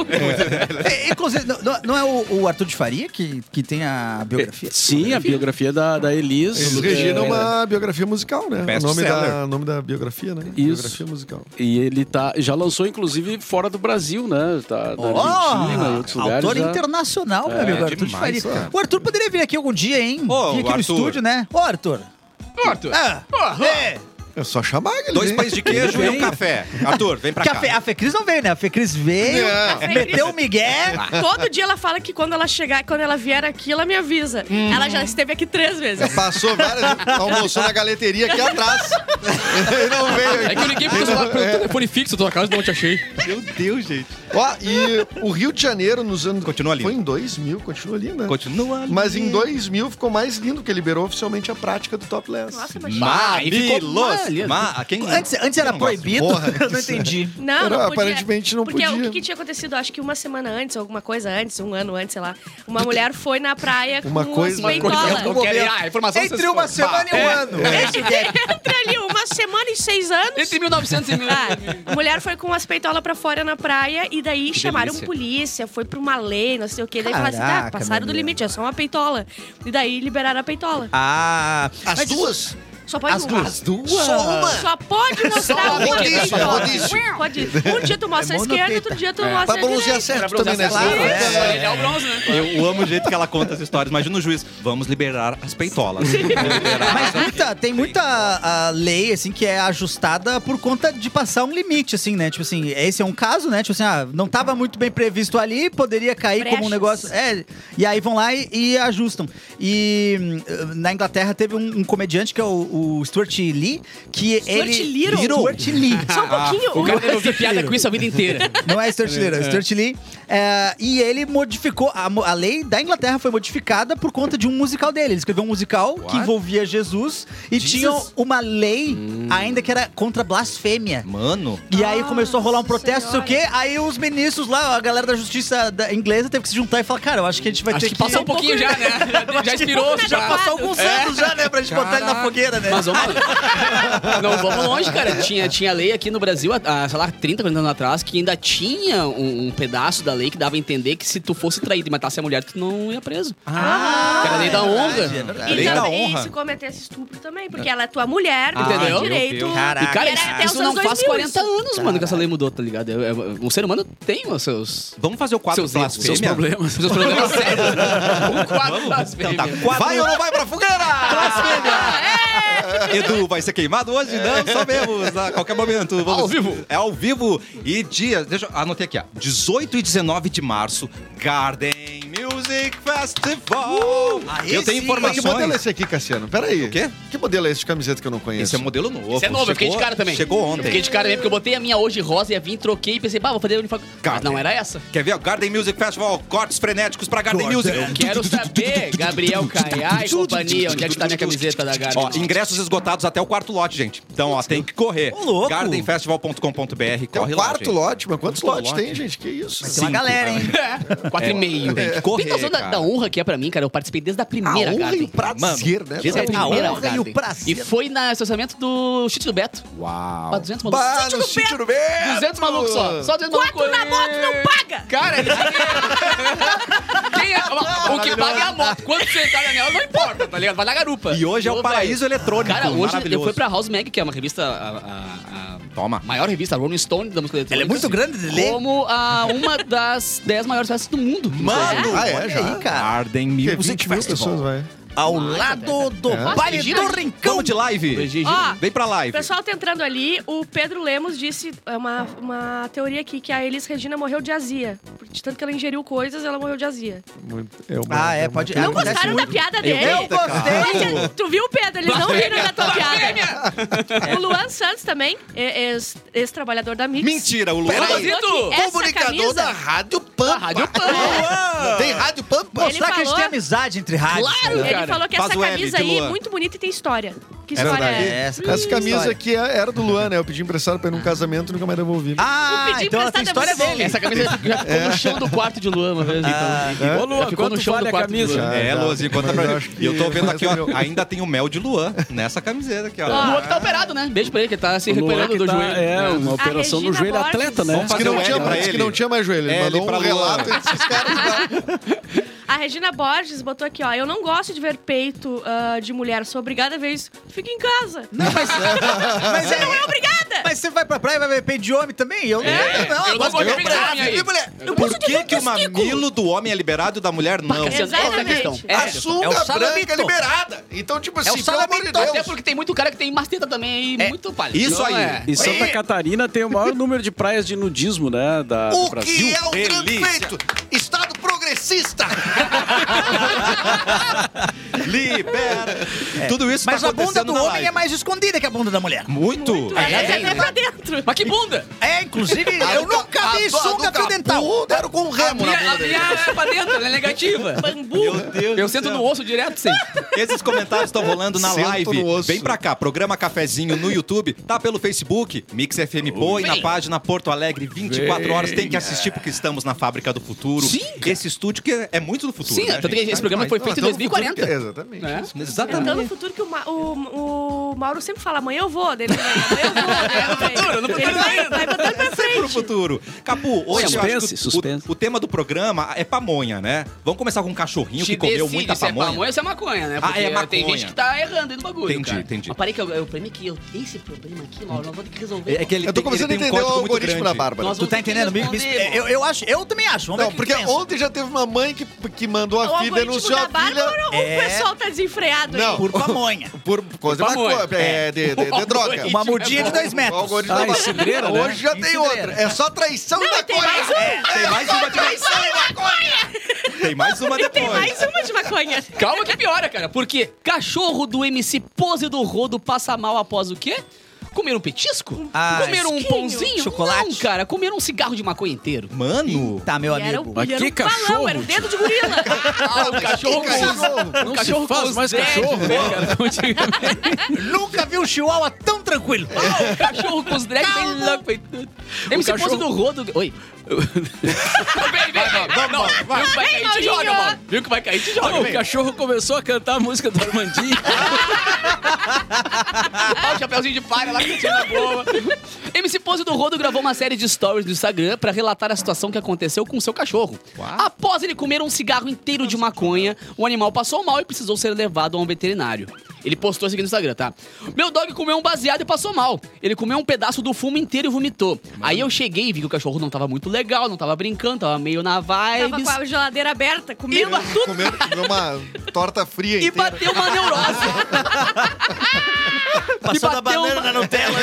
C: É, inclusive, não, não- não é o, o Arthur de Faria que, que tem a biografia?
E: É, Sim, a biografia da, da Elis.
G: Elis
E: É,
G: Regina é uma biografia musical, né? O
A: Best
G: nome da,
A: seller.
G: nome da biografia, né? Biografia musical.
E: E ele tá, já lançou, inclusive, fora do Brasil, né? Tá, da
C: Ó,
E: Argentina e outros lugares. né.
C: autor
E: já.
C: internacional, meu
E: É,
C: amigo, Arthur
A: demais,
C: de Faria.
A: cara.
C: O Arthur poderia vir aqui algum dia, hein?
A: Ô,
C: vir aqui no
A: Arthur.
C: estúdio, né? Ô, Arthur.
H: Morto.
C: Ah, é.
G: É só chamar ele.
A: Dois
G: né?
A: pães de queijo e um café. Arthur, vem pra
C: Que
A: cá.
C: a, Fe, a Fecris não veio, né? A Fecris veio,
G: Não.
C: meteu o Miguel.
A: Ah,
D: Todo dia ela fala que quando ela chegar, quando ela vier aqui, ela me avisa. Ela já esteve aqui três vezes.
G: Passou várias. Almoçou na galeteria aqui atrás. Ele não veio
B: É que eu liguei pro, celular, pro telefone fixo da tua casa, não te achei.
A: Meu Deus, gente.
G: Ó, e o Rio de Janeiro nos anos.
A: Continua lindo.
G: Foi em 2000, continua ali, né?
A: Continua ali.
G: Mas em 2000 ficou mais lindo, que liberou oficialmente a prática do topless.
D: Nossa, imagina.
A: Mamilos.
H: Maravilhoso.
A: Ma... Quem...
C: Antes, antes era
A: Não gosto.
C: proibido,
G: Porra,
C: eu
A: né?
C: não entendi.
D: Não,
G: Era-
D: não podia.
G: aparentemente não
D: Porque
G: podia.
D: o que, que tinha acontecido, acho que uma semana antes, alguma coisa antes, um ano antes, sei lá. Uma mulher foi na praia
G: Uma
D: com
G: coisa-
D: os peitola.
B: Eu quero- ah, a informação
C: Entre
B: vocês-
C: uma semana e um ano.
A: é.
C: Esse gap.
D: Entre ali uma semana e seis anos.
B: Entre 1900 e mil.
D: Ah, mulher foi com as peitolas pra fora na praia e daí chamaram
B: delícia.
D: polícia, foi pra uma lei, não sei o que. Daí falaram assim, tá,
C: Caraca,
D: passaram do
C: meu
D: limite, é só uma peitola. E daí liberaram a peitola.
C: Ah,
G: As duas?
D: Só pode
C: as
D: uma.
C: duas.
G: Duas?
C: Só uma.
D: Só pode mostrar uma
G: rodízio,
D: peitola.
G: rodízio.
D: Pode. Um dia tu mostra a
C: É
D: esquerda,
C: monoteta.
D: outro dia tu
G: Pra
D: mostra a
G: bronzear
D: direita.
G: certo também, né?
C: Claro, é.
B: Ele é o bronze, né?
A: Eu amo o jeito que ela conta as histórias. Imagina o juiz. Vamos liberar as peitolas.
C: Mas muita, tem muita ah, lei, assim, que é ajustada por conta de passar um limite, assim, né? Tipo assim, esse é um caso, né? Tipo assim, ah, não tava muito bem previsto ali, poderia cair como um
D: Brechas.
C: negócio. É, e aí vão lá e, e ajustam. E hum, na Inglaterra teve um, um comediante que é o, o Stuart Lee, que ele.
D: Little?
C: Stuart Lee.
D: Só um pouquinho.
B: O
D: um-
B: cara deve ouvir piada com isso a vida inteira.
C: Não é Stuart Lee, não, é Stuart Lee. É, e ele modificou. A, mo- a lei da Inglaterra foi modificada por conta de um musical dele. Ele escreveu um musical que envolvia Jesus e tinha uma lei ainda que era contra blasfêmia.
A: Mano,
C: E aí começou a rolar um protesto, não sei o
D: Senhora.
C: quê. Aí os ministros lá, a galera da justiça da- inglesa, teve que se juntar e falar: Cara, eu acho que um a gente vai
B: Acho um
C: ter
B: que passou um pouquinho já, né? Já expirou,
C: Já
B: já.
C: passou alguns anos já, né? Pra gente botar ele na fogueira, né?
B: Mas é vamos longe. Não vamos longe, cara. Tinha, tinha lei aqui no Brasil, há, sei lá, 30, 40 anos atrás, que ainda tinha um, um pedaço da lei que dava a entender que se tu fosse traído e matasse a mulher, tu não ia preso.
C: Ah,
B: Que era a lei da honra.
A: É lei
D: e
A: da
D: também
A: honra.
D: se cometesse estupro também, porque ela é tua mulher, tu
B: Entendeu?
D: tem
B: Meu
D: direito.
A: Deus.
B: E, cara,
D: Tá, Era até
B: isso
D: os
B: não
D: anos
B: faz
D: 2000
B: 40 anos, mano, que essa
C: Caraca.
B: lei mudou, tá ligado? É- é- Um ser humano tem os seus...
A: Vamos fazer o quadro
B: seus erros,
A: blasfêmia?
B: seus problemas. Seus problemas sérios. Um quadro blasfêmia.
A: Tá, quadro...
C: Vai ou não vai pra fogueira?
A: Edu vai ser queimado hoje? Não sabemos. A qualquer momento. Vamos...
B: Ao vivo.
A: É ao vivo. E dia... Deixa eu anotar aqui. Ó. 18 e 19 de março, Garden Music Festival.
B: Uh,
C: Aí
A: eu tenho
C: sim.
G: Mas que modelo é
A: informações.
G: esse aqui, Cassiano? Peraí.
A: O quê?
G: Que modelo é esse de camiseta que eu não conheço?
A: Esse é modelo novo.
B: Isso é novo, eu fiquei de
A: Chegou-
B: cara também.
A: Chegou
B: Eu
A: ontem.
B: fiquei de cara também, porque eu botei a minha hoje rosa, ia vir, troquei e pensei, bah, vou fazer o uniforme.
A: Cara.
B: Mas não era essa.
A: Quer ver? ó? Garden Music Festival, cortes frenéticos pra Garden Music.
B: Eu quero saber, Gabriel Caiá e companhia, onde é que tá minha camiseta da Garden?
A: Ó, ingressos esgotados até o quarto lote, gente. Então, ó, tem que correr.
C: Ô, louco.
A: Gardenfestival.com.br,
G: Tem
A: corre
G: um
A: lá,
G: quarto
A: gente.
G: lote, mas quantos
A: Quarto
G: lotes
A: lote.
G: tem, gente? Que isso?
C: Tem uma galera, hein?
B: Quatro e meio.
A: Tem que correr,
B: Tem noção da,
A: cara.
B: da honra que é pra mim, cara? Eu participei desde a
G: A
B: primeira
G: Ah, honra e
B: Garden.
G: o prazer, né?
B: Desde a
C: A honra
B: primeira
C: e o
B: Garden.
C: prazer.
B: E foi no estacionamento do Chute do Beto. Uau. 200 malucos.
G: Bah, no sítio do Beto!
B: 200 malucos só. Só 200 malucos.
D: Quatro na moto não paga!
B: Cara, é dinheiro. Quem é- o que paga é a moto. Quanto você tá nela, não importa, tá ligado? Vai na garupa.
A: E hoje é o
B: Ô,
A: paraíso eletrônico.
B: Cara, hoje eu
A: maravilhoso.
B: fui pra House Mag, que é uma revista. A, a- a
A: Toma.
B: maior revista, a Rolling Stone da música eletrônica.
C: é muito grande de ler.
B: Como a, uma das 10 maiores festas do mundo. né?
A: Mano!
G: Ah, é,
C: Olha
G: já.
C: aí, cara.
A: Garden
G: Que
A: Music
G: 20 mil pessoas,
A: Festival.
G: vai.
C: Ao
B: Ai,
C: lado do
G: É.
C: baile
B: Gira
C: do
B: aí.
C: Rincão.
A: Vamos de live?
B: Gigi.
D: Ó,
A: Vem pra
D: O
A: live.
D: pessoal tá entrando ali, o Pedro Lemos disse é uma, uma teoria aqui que a Elis Regina morreu de azia. De tanto que ela ingeriu coisas, ela morreu de azia.
G: Muito- é uma-
C: Ah, é,
G: uma-
C: pode...
D: Não
C: acontece
D: gostaram da
C: muito.
D: piada dele?
C: Eu gostei.
D: Mas, tu viu, Pedro? Eles não riram da tua piada. O Luan Santos também, e- ex- ex-trabalhador da Mix.
A: Mentira, o Luan. tá
B: Peraí.
D: Ele falou que essa
I: Comunicador
D: camisa-
I: da Rádio
B: A
I: Pampa.
B: Ah, Rádio Pan.
I: Tem Rádio Pampa?
D: Ele
C: Será que a gente
D: falou-
C: tem amizade entre rádios? né?
B: Claro,
D: Ele
B: cara.
D: falou que
A: Faz
D: essa
A: o L
D: camisa
A: de
D: aí é
A: Luan.
D: muito bonita e tem história. Que história
G: verdade.
D: é?
C: É, essa
G: Essa camisa
C: história.
G: aqui é- era do Luan, né? Eu pedi emprestado pra ir num casamento e nunca mais devolvi.
C: Ah,
D: O pedido
C: então essa
D: emprestado é
C: história é
D: você.
C: dele.
B: Essa camisa já ficou no chão do quarto de Luan uma vez. então.
E: Ô,
B: Ela
E: Luan,
B: ficou
E: quanto
B: no chão
E: vale
B: do
E: a
B: quarto do
E: camisa?
B: Luan.
A: É,
G: Ah, tá.
A: Luanzinho, conta
G: Mas
A: pra
G: eu
A: mim.
G: acho que
A: E eu tô vendo
G: vai
A: aqui,
G: ser
A: ó.
G: meu.
A: Ainda tem o mel de Luan nessa camiseta aqui,
B: O
A: ó.
B: Luan que tá operado, né? Beijo pra ele, que tá se
E: O Luan
B: recuperando
E: que
B: do
E: tá-
B: joelho. Né?
E: É, uma operação no
D: Regina
E: joelho
D: Borges.
E: atleta, né?
A: Vamos
G: Diz que,
A: fazer
G: não
A: o
G: tinha,
A: L pra
G: diz que
A: ele.
G: não tinha mais joelho. Ele
A: L
G: mandou
A: pra
G: um
A: Luan.
G: relato. e disse, cara,
D: A Regina Borges botou aqui, ó. Eu não gosto de ver peito ah, de mulher, sou obrigada a ver isso. Fica em casa.
C: Não, mas, mas é-
D: Não é obrigada!
C: mas você vai pra praia e vai ver peito de homem também? Eu não. não,
B: eu não vou
C: de
B: ver peito de
C: praia.
B: homem aí.
C: E mulher?
A: Por que, que o mamilo do homem é liberado e da mulher não?
B: Cassiano, Essa é a questão.
D: Exatamente.
B: Essa é a
I: A
B: questão.
I: sunga
C: É o
I: branca
C: salamito.
I: liberada. Então, tipo assim,
B: É o
I: pelo amor de
B: salamito, até
I: Deus.
B: porque tem muito cara que tem masteta também e muito palha.
A: Isso
B: Não
A: aí.
B: é.
E: E Santa Catarina tem o maior número de praias de nudismo, né? Da, do
I: O
E: Brasil.
I: que é um grande
A: Delícia.
I: feito? Estado progressista.
A: Libera!
G: É.
A: Tudo isso
C: Mas
A: tá
C: a bunda
A: acontecendo
C: do
A: na
C: homem
A: live.
C: é mais escondida que a bunda da mulher.
A: Muito!
D: Aí
B: é,
D: é,
B: é, é.
D: pra dentro.
B: Mas que bunda!
C: É, inclusive, eu nunca vi sunga fio dental.
I: Deram com um
B: A
I: ramo na
B: minha, a
I: bunda.
B: minha é pra dentro, ela é negativa.
D: Bambu.
A: Deus
B: Eu
A: do
B: sento
A: céu.
B: no osso direto sempre.
A: Esses comentários estão rolando na
G: Sento
A: live.
G: no osso.
A: Vem pra cá, programa Cafezinho no YouTube, tá pelo Facebook, Mix FM Boa e na
B: Vem.
A: página Porto Alegre 24 horas. Tem que assistir porque estamos na fábrica do futuro.
B: Sim, cara.
A: Esse estúdio que é- é muito do futuro.
B: Sim,
A: né,
B: tanto que
A: gente?
B: esse programa foi
G: Não,
B: feito em
G: então, futuro
B: 2040.
G: que- Exatamente.
B: né?
D: Então,
A: Exatamente.
D: no futuro que o, Ma- o- o Mauro sempre fala, amanhã eu vou, dele amanhã eu vou. daí ele vem.
B: futuro, no futuro
D: Ele vai, vai botando pra
A: Sempre pro
D: frente.
A: futuro. Capu, hoje eu acho que
E: Suspense,
A: o-
E: suspense.
A: O, o tema do programa é pamonha, né? Vamos começar com um cachorrinho que comeu
B: decide
A: muita
B: se é
A: pamonha.
B: pamonha ou se é maconha, né?
A: Ah,
B: Porque
A: é
B: Tem
A: maconha.
B: gente que tá errando aí no bagulho,
A: Entendi,
B: cara.
A: entendi.
B: Mas parei que eu, eu prometi que eu, esse problema aqui, Laura, nós vamos ter que resolver.
A: É que ele tem-
G: Eu tô
A: ele
G: começando a
A: tem um
G: entender o
A: código muito
G: algoritmo da
A: grande.
G: Bárbara.
B: Nós
C: Tu tá entendendo? Me- me-
B: Respondemos.
C: eu, eu acho, eu também acho. Vamos ver
G: Não,
C: o é que
G: porque
C: pensa.
G: ontem já teve uma mãe que, que mandou
D: O
G: a filha
D: algoritmo
G: denunciou
D: da
G: a filha
D: Bárbara,
C: É.
D: o pessoal tá desenfreado
G: Não.
D: aí.
C: Por pamonha.
G: por coisa
B: Por
G: da
B: pamonha.
G: co- é, de, de- de
B: Pamonha.
G: droga.
C: Uma mudinha de dois
G: O
C: metros.
G: algoritmo
E: Ah,
G: da Bárbara.
E: encidreira, né?
G: Hoje já tem
C: Encidreira.
G: outra. É só traição É, e
D: Não, e tem
G: maconha.
D: mais um.
A: Tem mais uma depois. Tem mais uma
D: Tem
A: depois.
D: mais uma de maconha.
B: Calma que piora, cara. Porque cachorro do MC Pose do Rodo passa mal após o quê? Comer um petisco?
C: Ah,
B: comer um
D: esquinho.
B: pãozinho?
C: Chocolate.
B: Não, cara. Comer um cigarro de maconha inteiro.
A: Mano,
C: Tá, meu
D: E era,
C: amigo.
D: o- e era
E: que
D: um balão, era o
E: cachorro,
D: dedo de gorila.
B: Ah, o cachorro com
E: Não
B: o
E: se
B: Um cachorro
E: faz
B: com os
E: mais
B: dez,
E: cachorro.
B: né, cara?
C: Nunca vi um chihuahua tão tranquilo.
B: Ah, o cachorro com os dreads bem louco e tudo. MC Ponto
E: cachorro-
B: do Rodo. Oi. vem, vem, vem. Não, Viu que vai
D: Vem,
B: cair, te
D: Maurinho.
B: joga, mano. Viu que vai cair, te joga. Um
E: Não, o cachorro começou a cantar a música do Armandinho.
B: Ah, o chapeuzinho de palha lá que tinha na boa. MC Pose do Rodo gravou uma série de stories no Instagram pra relatar a situação que aconteceu com seu cachorro. Após ele comer um cigarro inteiro de maconha, o animal passou mal e precisou ser levado a um veterinário. Ele postou isso aqui no Instagram, tá? Meu dog comeu um baseado e passou mal. Ele comeu um pedaço do fumo inteiro e vomitou. Aí eu cheguei e vi que o cachorro não tava muito legal, não tava brincando, tava meio na
D: Tava
E: É
B: vibe.
D: com a geladeira aberta, comendo
B: Ih,
D: tudo.
G: Comendo comeu uma torta fria
B: E
G: inteira.
B: bateu uma neurose. E
A: Passou da
B: bateu
A: banana
B: uma-
A: na Nutella.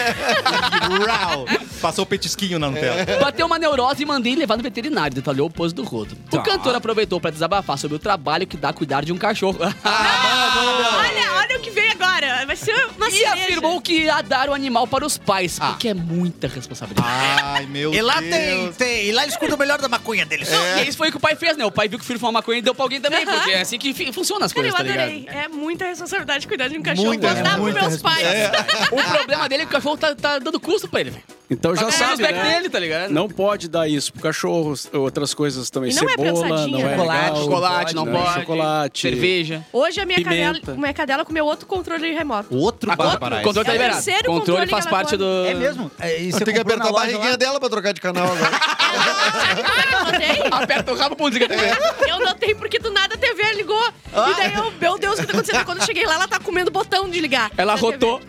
A: Rau. Passou o petisquinho na Nutella.
B: Bateu uma neurose e mandei levar no veterinário, detalhou o pose do rodo. O cantor aproveitou pra desabafar sobre o trabalho que dá cuidar de um cachorro.
D: Olha, olha o que veio agora. Vai ser uma
B: e
D: cereja.
B: afirmou que ia dar o animal para os pais, porque é muita responsabilidade.
A: Ai, meu
C: E lá
A: Deus.
C: tem, tem. E lá eles cuidam melhor da maconha
A: Ah, é?
C: deles.
B: Não, E isso foi o que o pai fez, né? O pai viu que o filho foi uma maconha e deu pra alguém também, porque é assim que fi- funciona as
D: Cara,
B: coisas,
D: eu
B: tá ligado?
D: adorei. É muita responsabilidade cuidar de um cachorro.
G: Muita,
D: Vou dar pros
C: muita
D: meus pais.
B: É. O problema dele é que o cachorro tá, tá dando custo pra ele, velho.
E: Então
B: Tá
E: já
B: pagando os
E: sabe,
B: back
E: né?
B: dele, tá ligado?
E: Não pode dar isso pro cachorro, outras coisas também.
D: E não é
E: Cebola,
D: pensadinha.
E: não é
C: Chocolate,
E: legal.
B: Chocolate, não
E: é
B: pode.
E: Chocolate.
B: Cerveja.
D: Hoje a minha
E: Pimenta.
D: cadela, minha cadela comeu outro controle remoto.
A: Outro
B: Ah,
A: Barbara.
B: o controle tá
D: É o
B: liberado.
D: terceiro
B: controle
D: controle
B: faz
D: que ela
B: parte do.
D: come.
C: É mesmo? É, e
G: Eu
C: você
G: tenho
C: comprou
G: que apertar a
C: na loja
G: barriguinha
C: lá?
G: dela pra trocar de canal agora.
D: é
B: Aperta o rabo, pum, desliga.
D: Eu notei porque do nada a TV ligou.
B: Ah.
D: E daí eu, meu Deus, o que tá acontecendo? Quando eu cheguei lá, ela tá comendo o botão de ligar.
B: Ela
D: da TV.
B: rotou.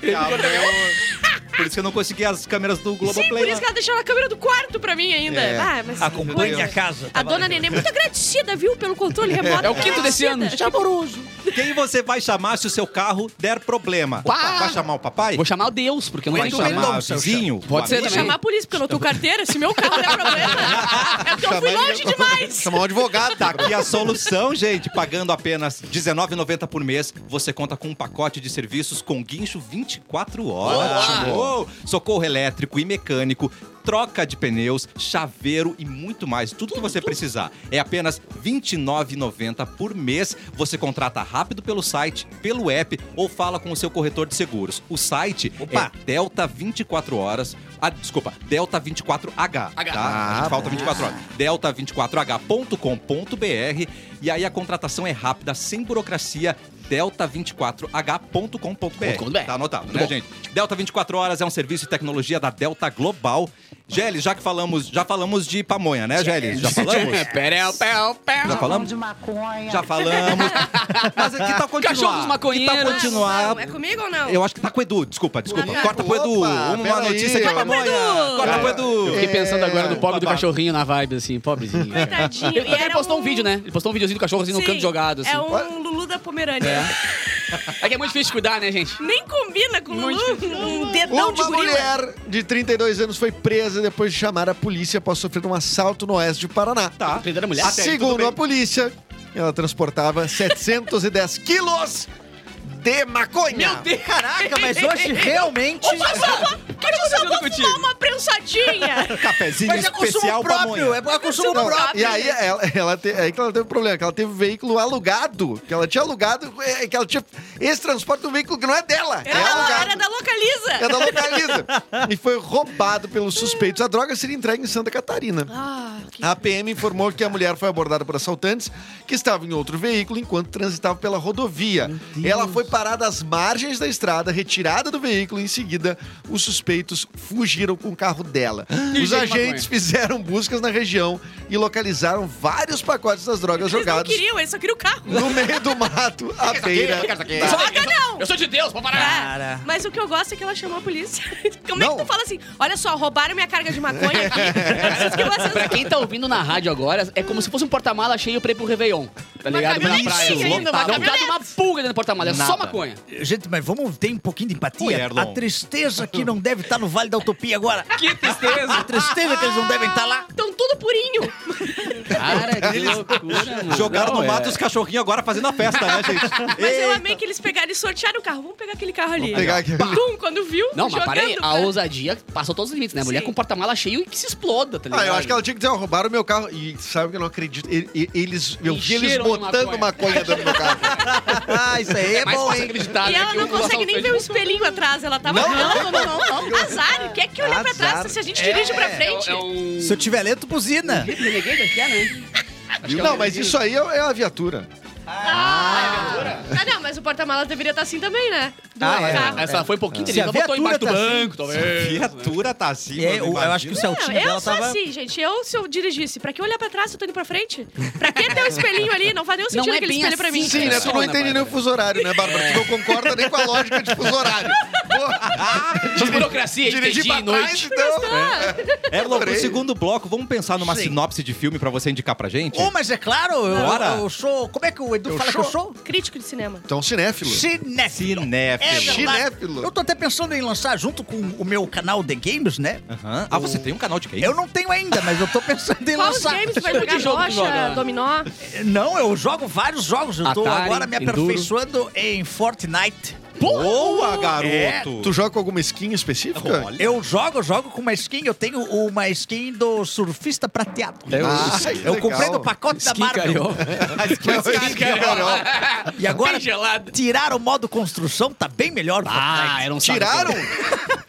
A: Por isso que eu não consegui as câmeras do
D: Sim, por
A: Globoplay.
D: isso que ela deixou a câmera do quarto pra mim ainda.
G: É.
D: Ah, mas
C: Acompanhe a casa.
D: A dona Nenê é muito agradecida, viu, pelo controle remoto.
B: É o quinto desse ano.
C: Amoroso.
A: Quem você vai chamar se o seu carro der problema?
B: Pá!
A: Vai chamar o papai?
B: Vou chamar o Deus, porque eu não
A: Vai
B: tem como.
A: chamar o vizinho?
B: Pode ser
D: Vou
B: também.
D: chamar por isso, porque eu não tô carteira. Se meu carro der problema, é porque eu fui longe demais.
G: Chamar um advogado.
A: Tá aqui a solução, gente. Pagando apenas R$19,90 por mês, você conta com um pacote de serviços com guincho 24 horas. Uou! Socorro elétrico e mecânico, troca de pneus, chaveiro e muito mais. Tudo que você precisar. É apenas R$29,90 por mês. Você contrata rápido pelo site, pelo app ou fala com o seu corretor de seguros. O site
C: Opa!
A: é Delta 24 Horas. Ah, desculpa, Delta 24H. H. Tá? A gente falta 24 horas. Delta24h.com.br e aí a contratação é rápida, sem burocracia. Delta24h.com.br. Tá anotado, né, gente? Delta 24 horas é um serviço de tecnologia da Delta Global. Gelli, já que falamos, já falamos de pamonha, né, Gelli? Já falamos?
B: Perel, perel, perel.
A: Já falamos?
F: de maconha.
A: Já falamos. Mas que tal continuar?
B: Cachorros maconheiros.
A: Que tal continuar?
D: Não, é comigo ou não?
A: Eu acho que tá com o Edu, desculpa, desculpa.
D: Ah, tá.
A: Corta pro Edu.
G: Opa,
A: Uma
G: pera
A: notícia
G: aí.
A: de
G: Corta
A: pamonha. Corta pro Edu.
B: Fiquei pensando
D: É,
B: agora no pobre do
G: babado.
B: cachorrinho na vibe, assim, pobrezinho.
D: Coitadinho.
B: Ele,
D: E era
B: ele postou um...
D: um-
B: vídeo, né? Ele postou um videozinho do cachorro assim no
D: Tá Sim,
B: canto jogado, assim.
D: É um Lulu da Pomerânia.
B: É que é muito difícil de cuidar, né, gente?
D: Nem combina com o Lulu. Um dedão de
G: Uma
D: gorila.
G: mulher de 32 anos foi presa depois de chamar a polícia após sofrer um assalto no oeste do Paraná.
A: Tá.
B: Primeira mulher.
A: Até aí, tudo
G: Segundo
A: bem.
G: a polícia, ela transportava 710 quilos de maconha.
B: Meu Deus!
C: Caraca, mas hoje realmente.
B: Tá
D: Por que você não fumar uma prensadinha?
A: Cafezinho
C: Mas é
A: especial
C: consumo próprio.
A: pamonha.
C: É pra consumo
G: Não,
C: próprio.
G: E aí ela, ela te- aí que ela teve um problema, que ela teve um veículo alugado, que ela tinha alugado, é, que ela tinha esse transporte de um veículo que não é dela, é
D: Ela
G: alugado.
D: era da Localiza.
G: É da localiza. e foi roubado pelos suspeitos. A droga seria entregue em Santa Catarina.
D: Ah, que...
G: A PM informou que a mulher foi abordada por assaltantes que estavam em outro veículo enquanto transitava pela rodovia. Ela foi parada às margens da estrada, retirada do veículo. Em seguida, os suspeitos fugiram com o carro dela.
D: Ah.
G: Os
B: gente, maconha.
G: agentes fizeram buscas na região e localizaram vários pacotes das drogas
D: Eles não
G: jogados
D: queriam, eles só queriam o carro.
G: no meio do mato, à beira. da-
D: Droga não! Ah,
B: Eu sou de Deus, vou parar!
C: Cara.
D: Mas o que eu gosto é que ela chamou a polícia. Como
G: Não.
D: é que tu fala assim? Olha só, roubaram minha carga de maconha aqui. Preciso que vocês...
B: Pra quem tá ouvindo na rádio agora, é como se fosse um porta-mala cheio pra ir pro Réveillon. Tá
D: Uma
B: ligado? Na
D: caminhonete
B: praia.
D: cheia ainda, uma
B: Não cabe uma pulga dentro do porta-mala, é só
A: Nada.
B: maconha.
C: Gente, mas vamos ter um pouquinho de empatia.
A: Oi, Erlon.
C: a tristeza que não deve estar tá no Vale da Utopia agora.
B: Que tristeza!
C: A tristeza que eles não devem estar lá.
B: Estão tudo
D: tudo purinho.
B: Cara, que loucura, mano.
A: Jogaram
E: Não,
A: no
E: é-
A: mato os cachorrinhos agora fazendo a festa, né, gente?
D: Mas eu amei que eles pegaram e sortearam o carro. Vamos pegar aquele carro ali.
G: pegar aquele ali.
D: Pum, quando viu,
B: Não, mas
D: jogando.
B: peraí, a
D: né?
B: ousadia passou todos os limites, né? A mulher
D: Sim.
B: com o porta-mala cheio e que se exploda, tá ligado?
G: Ah, eu acho que ela tinha que dizer, ó, roubaram meu carro. E sabe que eu não acredito. E- e- Eles, eu vi eles
B: Encheram de
G: botando maconha dentro do carro.
D: é
C: Ah, isso aí
B: é
C: é
B: mais
C: bom,
B: fácil
C: hein?
B: acreditar,
D: E
B: né,
D: ela
B: que
D: não consegue nem ver o
B: assaltante-
D: espelhinho atrás. Ela tava.
G: Não,
D: não, não, não. não. Azar, quer que olhar pra
C: Azar.
D: trás se a gente dirige pra frente?
B: É, um...
C: Se eu tiver lento, buzina.
B: Renegade aqui, né? Acho que é um
G: Não, mas
B: renegade.
G: isso aí é, é a viatura.
D: Ah, não, mas o porta-mala deveria estar assim também, né? Do
C: Ah, é.
D: carro.
B: Essa foi um pouquinho
C: Se
B: inteligente.
C: a
B: Ela botou embaixo do
C: viatura tá
B: banco,
E: É.
B: talvez.
A: Viatura tá assim,
C: E aí, É, eu,
A: mano,
C: eu acho que o
D: Não,
C: Celtinho
D: eu
C: dela
D: sou
C: tava.
D: assim, gente. Eu, se eu dirigisse, pra que olhar pra trás se eu tô indo pra frente? Pra que ter o espelhinho ali? Não faz nenhum sentido
B: é
D: aquele
B: bem
D: espelho pra
B: assim,
D: mim.
G: Sim, né? Tu não
B: Funciona,
G: entende nem o
B: Bárbara.
G: fuso horário, né, Bárbara? Tu não concorda nem com a lógica de fuso horário.
B: Mas burocracia, entendi,
G: Dirigir pra
B: de
G: trás,
B: noite.
G: então.
A: Erlon, pro
G: Adorei.
A: É segundo bloco, vamos pensar numa sinopse de filme pra você indicar pra gente?
C: Oh, mas é claro,
A: Bora.
C: o, o show. Como é que o Edu fala que eu sou?
D: Crítico de cinema.
G: Então, cinéfilo.
C: Cinéfilo. É
A: Cinéfilo.
C: verdade.
G: Cinéfilo.
C: Eu tô até pensando em lançar junto com o meu canal The Games, né?
A: Aham. Ah, você tem um canal de games?
C: Eu não tenho ainda, mas eu tô pensando em
D: Qual os
C: lançar.
D: games tu vai
B: Tipo
D: jogar?
B: de jogo que joga,
D: Rocha,
B: né?
D: dominó.
C: Não, eu jogo vários jogos. Eu tô
E: Atari,
C: agora me
E: Enduro.
C: aperfeiçoando em Fortnite.
A: Boa, garoto!
C: É,
G: Tu joga com alguma skin específica?
A: Olha.
C: Eu jogo, eu jogo com uma skin, eu tenho uma skin do surfista prateado.
E: É o-
G: Ah, que
C: eu
G: legal.
C: comprei no pacote da
E: Skin
C: Marvel.
E: carioca.
G: Isso que é legal.
C: E agora
B: Bem gelado.
C: tiraram o modo construção, tá bem melhor.
B: Ah,
C: Fortnite.
B: era um saco.
G: Tiraram?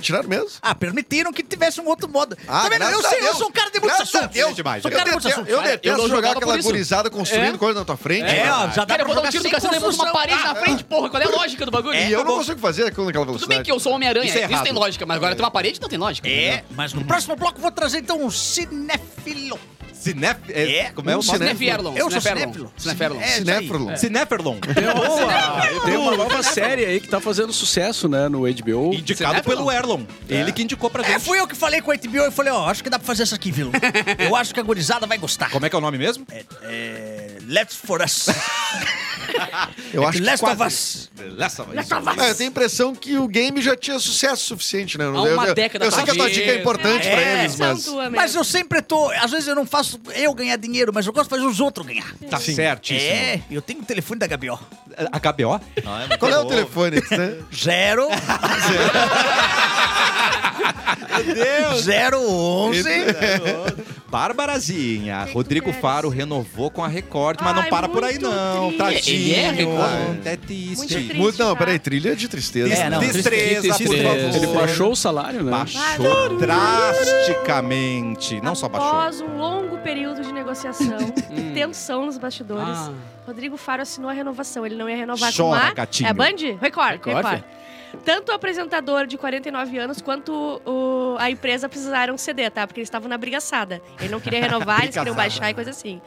G: Tiraram mesmo?
C: Ah, permitiram que tivesse um outro modo.
G: Ah,
C: tá vendo? Eu
G: graças a
C: sei, eu
G: Deus.
C: sou um cara de muitos
G: Graças a
C: assuntos.
G: Deus
A: demais.
C: Sou um
G: Eu,
C: cara de muitos
G: detesto-
C: assuntos.
G: eu
B: cara. Eu
G: detesto
B: não
G: jogar
B: jogava
G: aquela
B: por isso.
G: gurizada construindo
B: É.
G: coisa na tua frente.
C: É, ó, já dá
G: tá
B: Cara, eu
C: pra
B: vou dar um
C: jogar
B: tiro no
C: sem
B: cacete e
C: construção.
B: uma parede
C: Ah,
B: na frente, porra. Qual é a lógica do bagulho?
G: E eu não consigo fazer aquilo naquela
B: Tudo
G: velocidade.
B: bem que eu sou Homem-Aranha,
A: Isso é
B: isso, tem
A: errado.
B: lógica, mas agora tem uma parede não tem lógica.
C: É, mas no próximo bloco eu vou trazer então um cinéfilo.
A: Cinef... É,
C: É,
A: como é o
G: um
A: nome?
B: Cineferlon.
C: Eu sou cinéfilo.
B: Cineferlon.
C: É, isso aí.
G: Cinéfilo.
A: Cineferlon.
E: Tem uma nova série aí que tá fazendo sucesso, né, no HBO.
A: Indicado pelo Erlon. Ele que indicou pra gente.
C: Um É, fui eu que falei com o HBO e falei, ó, acho que dá pra fazer isso aqui, viu? Eu acho que a gurizada vai gostar.
A: Como é que é o nome mesmo?
C: É, é, Let's for Us. É
G: Eu acho que
C: Last of
G: quase.
C: Us.
A: Lessa,
G: Ah, eu tenho a impressão que o game já tinha sucesso suficiente, né?
B: Há uma
G: eu, eu-
B: década,
G: Eu sei que a tua
B: talvez.
G: dica é importante pra
C: É.
G: eles, mas...
D: São tua mesmo.
C: Mas eu sempre tô. Às vezes eu não faço eu ganhar dinheiro, mas eu gosto de fazer os outros ganhar.
A: Tá certíssimo.
C: É, eu tenho o telefone da Gabió.
A: A KBO?
G: Qual é o telefone? né?
C: Zero.
A: Meu Deus!
C: zero onze.
B: é
A: Barbarazinha, Rodrigo Faro renovou com a Record, mas não
D: Ai,
A: para por aí
D: muito
A: não,
D: triste.
A: tadinho.
B: Ele é Record?
A: É triste.
D: Muito triste.
G: Muda, não,
D: tá?
G: peraí, trilha de tristeza.
C: É, não.
A: Destreza, por favor.
E: Ele baixou o salário, né?
A: Baixou drasticamente. Não só baixou.
D: Após um longo período de negociação e tensão nos bastidores,
B: Ah.
D: Rodrigo Faro assinou a renovação. Ele não ia renovar
A: Chora,
D: com a...
A: gatinho.
D: É Band? Record, Record.
B: Record.
D: Tanto o apresentador de 49 anos quanto o- a empresa precisaram ceder, tá? Porque eles estavam na brigaçada. Ele não queria renovar, eles queriam baixar e coisa assim.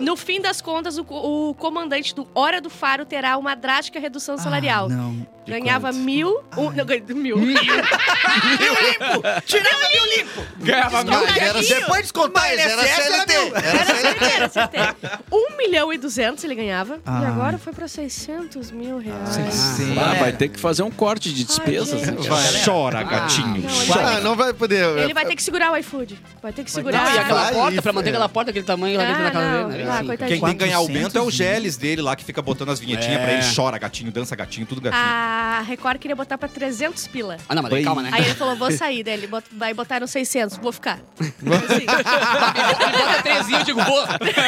D: No fim das contas, o, co- o comandante do Hora do Faro terá uma drástica redução salarial.
C: Não.
D: Ganhava mil. Um, não, ganha- mil.
C: Tirava meu limpo.
E: Ganhava
D: Não,
G: Mas era
D: gatinho.
C: Depois de contar
G: Mas era
C: INSS,
G: CLT.
C: meu.
D: Era CLT, era CLT. 1 milhão e 200 ele ganhava. E
C: Ah.
D: agora foi pra 600 mil reais.
E: Ah, vai ter que fazer um corte de despesas.
D: gente.
E: né?
A: Vai. Chora, gatinho.
D: ah, Não, ele,
G: Ah,
D: vai,
G: não vai poder...
D: ele vai ter que segurar o iFood. Vai ter que segurar.
B: Não, e aquela
G: Vai,
B: porta, pra
G: é.
B: manter aquela porta daquele tamanho lá dentro
D: Ah,
B: da casa
D: não.
B: dele, né?
D: Ah,
B: Assim.
A: Quem
D: coitadinho.
A: tem que ganhar aumento é o
C: 400
A: Geles dele lá, que fica botando as vinhetinhas
B: É.
A: pra ele. Chora, gatinho, dança, gatinho, tudo gatinho.
D: A Record queria botar pra 300 pila.
B: Ah, não, mas daí, calma, né?
D: Aí ele falou, vou sair. Daí ele bot- vai botar nos 600, vou ficar. Assim,
B: Ele bota três e eu digo, boa.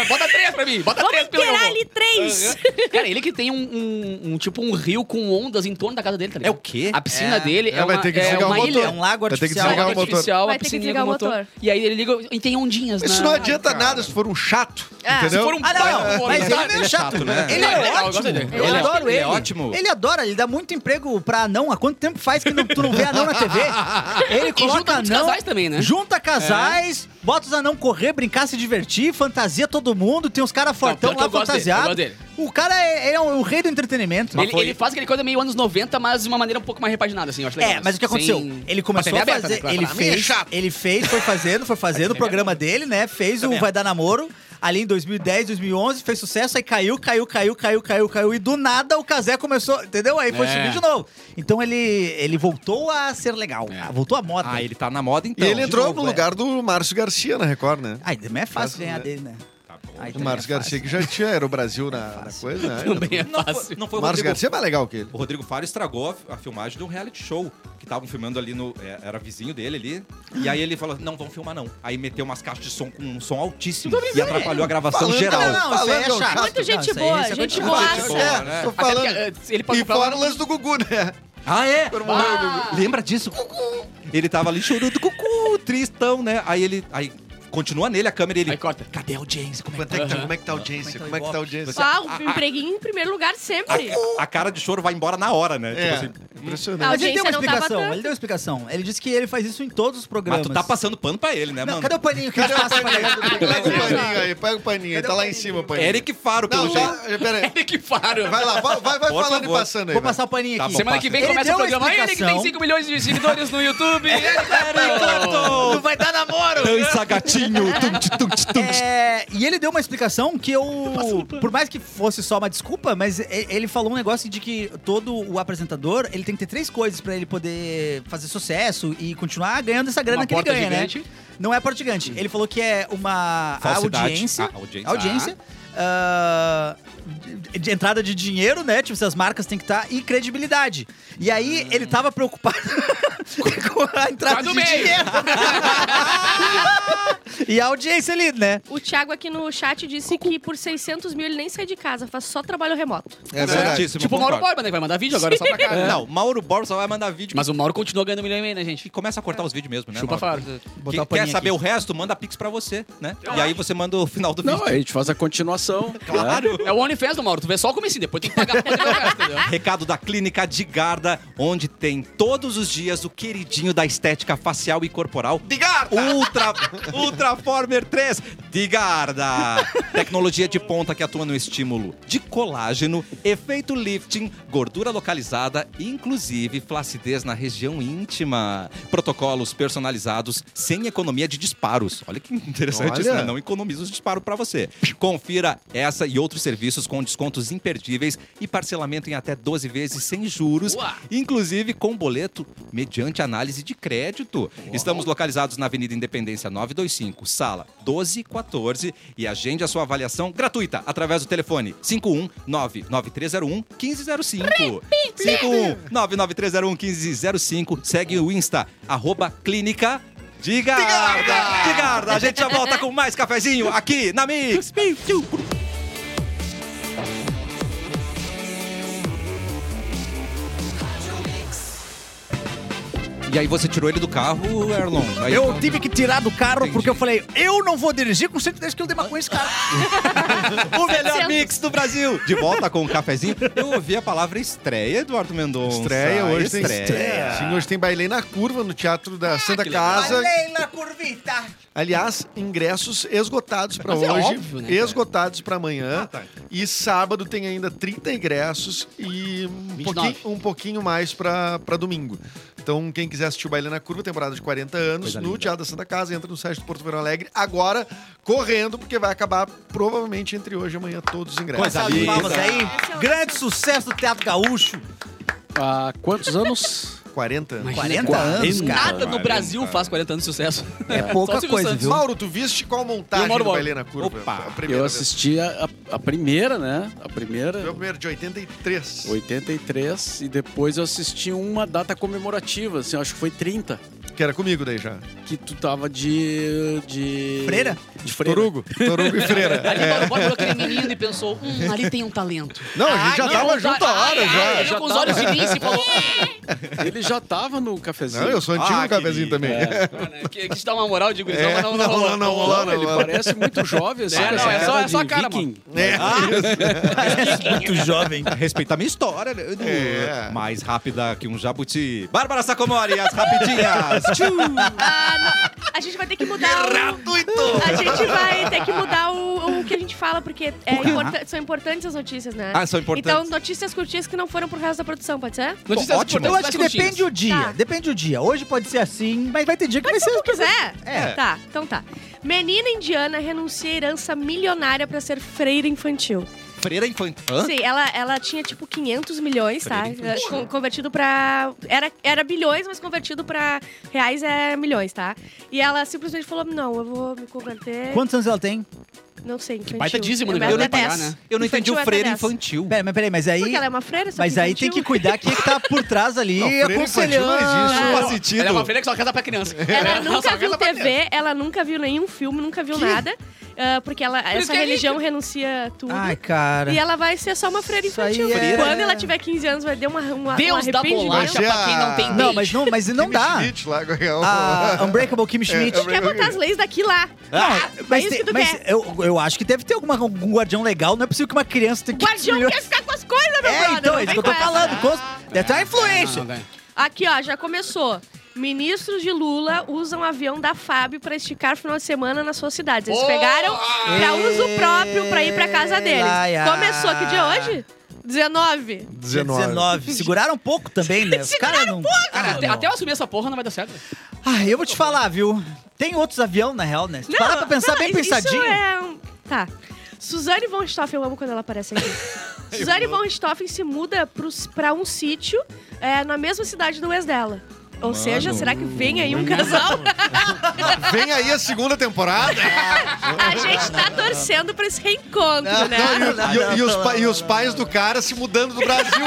B: Bota três pra mim. Bota
D: Vamos
B: três pelo
D: esperar ali três.
B: Cara, ele que tem um, um- um tipo um rio com ondas em torno da casa dele, tá ligado?
A: É o quê?
B: A piscina dele é,
G: É, vai
B: uma,
G: ter que
B: é
G: desligar o
B: uma
G: motor.
C: É
B: ilha.
C: um lago
G: Vai ter que
C: artificial.
B: Uma
G: desligar o motor.
B: artificial,
D: Vai
B: a
D: ter que
B: piscininha
D: desligar
B: com
D: o motor.
B: E aí ele liga e tem ondinhas,
G: Isso
B: né?
G: não adianta nada se for um chato,
D: Ah.
G: entendeu?
B: Se for um
C: é Ah,
B: baita
C: não,
B: humor,
C: mas
B: sabe?
C: ele é meio chato, né? Ele
B: Não,
C: é
B: é legal, eu
C: ótimo.
B: gosto dele.
C: Eu
B: Ele é
C: adoro
A: ótimo,
C: ele.
A: ele é ótimo.
C: Ele adora, ele dá muito emprego pra anão. Há quanto tempo faz que não- tu não vê anão na TV? Ele
B: E
C: coloca
B: junta muitos
C: anão,
B: casais também, né?
C: junta casais, bota os anão correr, brincar, se divertir, fantasia todo mundo. Tem uns caras fortão
B: pior que
C: lá
B: eu gosto dele, eu
C: fantasiados.
B: gosto dele.
C: O cara é, ele é o, o rei do entretenimento.
B: ele, ele faz aquele coisa meio anos 90, mas de uma maneira um pouco mais repaginada, assim, eu acho legal.
C: É, mas o que
B: Sem-
C: aconteceu? Ele começou
B: Com
C: a,
B: TV aberta,
C: fazer.
B: né, claro.
C: ele,
I: Pra mim é
C: fez,
I: chato.
C: ele fez, foi fazendo, foi fazendo o programa dele, né? Fez o Vai Dar Namoro. ali em 2010, 2011, fez sucesso, aí caiu, caiu, caiu, caiu, caiu, caiu. E do nada o Kazé começou, entendeu? Aí foi
E: É.
C: subir de novo. Então ele, ele voltou a ser legal. Ah, Voltou à moda.
A: Ah, ele tá na moda então.
G: e ele
C: de
G: entrou
C: novo,
G: no
C: é.
G: lugar do Márcio Garcia na Record, né?
C: Aí também é fácil ganhar
G: né?
C: dele, né?
A: Tá bom.
C: Aí
G: O
C: também
G: Márcio
C: é
G: Garcia
C: fácil.
G: que já tinha, era o Brasil na, na coisa, né?
B: Também é
A: Não
B: fácil.
A: foi, não foi o
G: O Márcio
A: Rodrigo
G: Garcia é mais legal que ele.
A: O Rodrigo Faro estragou a, a filmagem de um reality show que estavam filmando ali no. é, Era vizinho dele ali. E aí ele falou: não, vamos filmar não. Aí meteu umas caixas de som com um som altíssimo e atrapalhou a gravação
G: Falando-
A: geral.
C: Não, não, isso aí é
G: Falando,
C: chato.
G: Muito
C: Não,
D: gente
C: isso aí-
D: boa,
C: isso é
D: gente
C: coisa-
D: boa.
A: Boa, né?
G: É, tô
B: tipo, Até
G: falando.
B: porque, antes, ele um
G: E
B: passou pra
G: fora
B: lá.
G: o lance do Gugu, né?
A: Ah, é?
G: Por
A: Ah, Lembra disso? Ele tava ali chorando, cucu, tristão, né? Aí ele. Aí continua nele a câmera e ele.
B: Aí corta.
A: Cadê a audiência? Como é que
G: Quanto
A: tá?
G: é que tá, como é que tá a audiência? Como é que tá a audiência?
D: Pau, Ah, empreguinho em primeiro lugar sempre.
A: A cara de choro vai embora na hora, né?
G: É,
A: Tipo assim.
D: A
G: impressionante.
C: tá? Mas ele deu uma
D: audiência não tava
C: explicação,
D: tanto.
C: ele deu uma explicação. Ele disse que ele faz isso em todos os
A: Mas
C: programas.
A: tu tá passando pano pra ele, né,
C: Não,
A: mano?
C: cadê o paninho que ele passa pra galera do
G: Pega o
C: programa?
G: paninho aí, pega o paninho aí. Tá lá em cima o paninho.
A: Eric Faro, pelo
G: Não,
A: jeito.
G: tá, pera aí.
B: Ele que faro.
G: Vai lá, vai, vai, vai
A: Por
G: falando
A: favor.
G: e passando aí.
C: Vou
G: vai.
C: passar o paninho
A: Tá
C: aqui.
A: bom.
B: Semana que vem
C: Ele
B: começa
C: deu
B: o
C: uma
B: programa. Ele que tem
C: explicação. É,
B: 5 milhões de seguidores no YouTube. Ele, garoto! Não vai dar namoro.
A: Dança, gatinho. tum, ti, tum, ti, tum, ti.
C: É, e ele deu uma explicação que eu. Por mais que fosse só uma desculpa, mas e- ele falou um negócio de que todo o apresentador ele tem que ter três coisas pra ele poder fazer sucesso e continuar ganhando essa grana
B: Uma
C: que ele
B: porta
C: ganha, né?
B: gigante.
C: Não é porta gigante. Ele falou que é uma a
A: Falsidade.
C: audiência.
A: A audiência.
C: audiência, ah, de, de entrada de dinheiro, né? Tipo, se as marcas têm que estar. E credibilidade. E aí, ele tava preocupado com a entrada
B: Vai do
C: de
B: meio.
C: dinheiro. e a audiência ali, né?
D: O Thiago aqui no chat disse que por 600 mil ele nem sai de casa, faz só trabalho remoto.
G: É verdade.
A: Certíssimo,
B: Tipo o Mauro
A: concordo.
B: Borba, né? que Vai mandar vídeo agora só pra
C: É.
B: cá. né?
A: Não, Mauro Borba só vai mandar vídeo.
B: Mas o Mauro continua ganhando um milhão e meio, né, gente?
A: E começa a cortar os vídeos mesmo, né?
B: Chupa
A: Mauro?
B: faro.
A: Que-
C: Botar o
A: quer
C: paninho
A: saber
C: aqui.
A: o resto? Manda pix pra você, né? E aí você manda o final do
E: Não, é
A: vídeo.
E: a gente faz a continuação. né?
A: Claro!
B: É o OnlyFans do Mauro. Tu vê só o comecinho, depois tem que pagar pra poder ver o resto, entendeu?
A: Recado da Clínica de Garda, onde tem todos os dias o queridinho da estética facial e corporal. De Garda! Ultra, Ultraformer 3 de Garda. Tecnologia de ponta que atua no estímulo de colágeno, efeito lifting, gordura localizada, inclusive flacidez na região íntima. Protocolos personalizados sem economia de disparos. Olha que interessante isso,
G: Olha.
A: né? Não economiza os disparos pra você. Confira essa e outros serviços com descontos imperdíveis e parcelamento em até 12 vezes sem juros,
B: Uau.
A: inclusive com boleto mediante análise de crédito. Estamos localizados na Avenida Independência 925, sala 1214 e agende a sua avaliação gratuita através do telefone 5199301 1505. 5199301 1505. Segue o Insta arroba clínica Diga! Diga! A gente já volta com mais cafezinho aqui na Mix. E aí você tirou ele do carro, Erlon? Aí-
C: Eu tive que tirar do carro
A: Entendi.
C: porque eu falei, eu não vou dirigir com 110 kg de maconha esse cara.
A: o melhor mix do Brasil. De volta com o cafezinho. Eu ouvi a palavra estreia, Eduardo Mendonça.
G: Estreia, hoje tem
A: estreia.
G: estreia. Sim, hoje tem Bailei na Curva no Teatro da Santa
B: que
C: Ah,
B: legal.
G: Casa.
C: na curvita.
G: Aliás, ingressos esgotados pra
B: Mas é
G: hoje,
B: óbvio, né, cara? Ah, tá, então.
G: esgotados pra amanhã. E sábado tem ainda 30 ingressos e um
B: 29.
G: pouquinho, um pouquinho mais pra pra domingo. Então, quem quiser assistir o Baile na Curva, temporada de 40 anos, no Teatro da Santa Casa, entra no site do Porto Verão Alegre agora, correndo, porque vai acabar provavelmente entre hoje e amanhã todos os ingressos.
A: Coisa
C: Salve
A: linda.
C: palmas
B: é
C: aí. Grande sucesso do Teatro Gaúcho.
E: Há quantos anos?
G: 40 anos.
C: 40, anos,
E: 40.
C: cara.
B: Nada no Brasil faz 40 anos de sucesso.
C: É pouca
B: Só o Silvio
C: coisa,
B: Santos.
C: viu?
G: Mauro, tu viste qual montagem
B: Eu moro,
G: do
B: moro.
G: Bailei na Curva?
A: Opa.
G: A primeira
E: Eu
G: vez.
E: assisti a, a- a primeira, né? A
G: Foi o
E: primeira,
G: primeiro, de 83.
E: 83, e depois eu assisti uma data comemorativa, assim, eu acho que foi 30,
G: Que era comigo daí já.
E: que tu tava de. de
C: Freira?
E: De freira.
G: Torugo. Torugo e Freira.
B: Ali o
G: É.
B: Mauro Borba olhou aquele menino e pensou, hum, ali tem um talento.
G: Não, a gente já
B: Ai,
G: tava
B: não,
G: junto há
B: ai, ai,
G: horas já.
B: Ele olhou com os olhos de lince e falou,
E: Ele já tava no cafezinho.
G: Não, eu sou antigo
A: Ah,
G: no cafezinho
A: querido.
G: também.
B: né, que, que te dá uma moral de gurizão,
G: É,
B: mas Então não,
G: não,
B: não,
G: não, não, não,
E: Não, ele parece muito jovem, assim,
B: É,
E: com
B: não,
E: essa
B: é só- é só
E: de
B: a cara,
E: viking.
G: É.
C: Muito jovem.
A: Respeitar minha história, né? Edu?
G: É.
A: Mais rápida que um jabuti. Bárbara Sacomori, as rapidinhas.
D: Ah, não. A gente vai ter que mudar o...
I: Gratuito!
D: A gente vai ter que mudar o, o que a gente fala, porque é importa- são importantes as notícias, né?
A: Ah, são importantes.
D: Então, notícias curtinhas que não foram por causa da produção, pode ser?
B: Notícias
A: Ótimo.
B: importantes
C: Eu acho
B: mais
C: que
B: curtinhas.
C: depende o dia.
D: Tá.
C: Depende o dia. Hoje pode ser assim, mas vai ter dia que vai ser.
D: Quiser?
C: É.
D: Tá, então tá. Menina indiana renuncia à herança milionária pra ser freira infantil.
A: Freira infantil. Hã?
D: Sim, ela, ela tinha tipo 500 milhões, tá? Con- Convertido pra. Era, era bilhões, mas convertido pra reais é milhões, tá? E ela simplesmente falou: não, eu vou me converter.
C: Quantos anos ela tem?
D: Não sei, infantil.
B: baita dízimo, né?
D: Até
B: Eu não
D: 10.
B: pagar, né?
A: Eu não entendi
D: Infantil é
A: o
D: até
A: freira
D: 10.
A: infantil.
C: Peraí, mas peraí, mas aí.
D: Porque ela é uma freira, só
C: Mas aí tem que
D: infantil.
C: cuidar quem é que tá por trás ali,
G: Não, é freira infantil não
C: aconselhando.
G: existe.
A: Não faz
B: Ela é
A: sentido.
B: uma filha que só casa pra criança.
D: Ela
B: só
D: nunca viu
B: casa pra criança.
D: TV, ela nunca viu nenhum filme, nunca viu nada. ah, porque ela,
B: isso
D: essa
B: que é
D: religião renuncia tudo.
C: Ai, cara.
D: E ela vai ser só uma freira
C: Isso aí
D: infantil.
C: é-
D: Quando ela tiver 15 anos, vai ter uma, uma
B: Deus
D: um
B: da
D: arrependimento.
B: bolacha
G: Vai ser
B: pra quem não tem
G: é a-
C: Não,
B: dente.
C: mas não, mas não
G: Kimi
C: dá.
G: Schmidt lá, Gabriel. Ah,
C: A Unbreakable Kim Schmidt.
G: É,
D: Quer botar as leis daqui lá. É
C: Não, Ah, mas,
D: Ah, isso
C: tem-
D: que tu
C: mas
D: quer.
C: eu, eu acho que deve ter alguma, algum guardião legal. Não é possível que uma criança tenha
D: O
C: 15
D: guardião
C: milhões.
D: quer ficar com as coisas, meu
C: É,
D: brother.
C: então,
D: não
C: é isso
D: vem
C: que eu tô
D: com essa.
C: falando. Cons... Deve ter uma influência.
B: Não,
G: Ah,
B: não,
D: Aqui, ó, já começou. Ministros de Lula usam avião da FAB pra esticar o final de semana nas suas cidades. Eles pegaram pra uso próprio pra ir pra casa deles.
C: Ai, ai.
D: Começou, que dia é hoje? 19.
G: 19.
C: 19. Seguraram um pouco também, né? Os caras não...
B: Cara,
C: Ah,
B: até,
C: não.
B: até eu assumir essa porra não vai dar certo.
C: Ah, eu vou te falar, viu? Tem outros avião, na real, né? Se tu parar pra pensar
D: não,
C: bem
D: isso
C: pensadinho.
D: é um- Tá. Suzane von Stoffen, eu amo quando ela aparece aqui. Suzane von Stoffen se muda pros, pra um sítio é, na mesma cidade do ex dela. Ou seja, será que vem aí um casal?
G: Vem aí a segunda temporada.
D: A gente tá torcendo pra esse reencontro, né?
G: E, o- e os, pa- e os pais do cara se mudando do Brasil.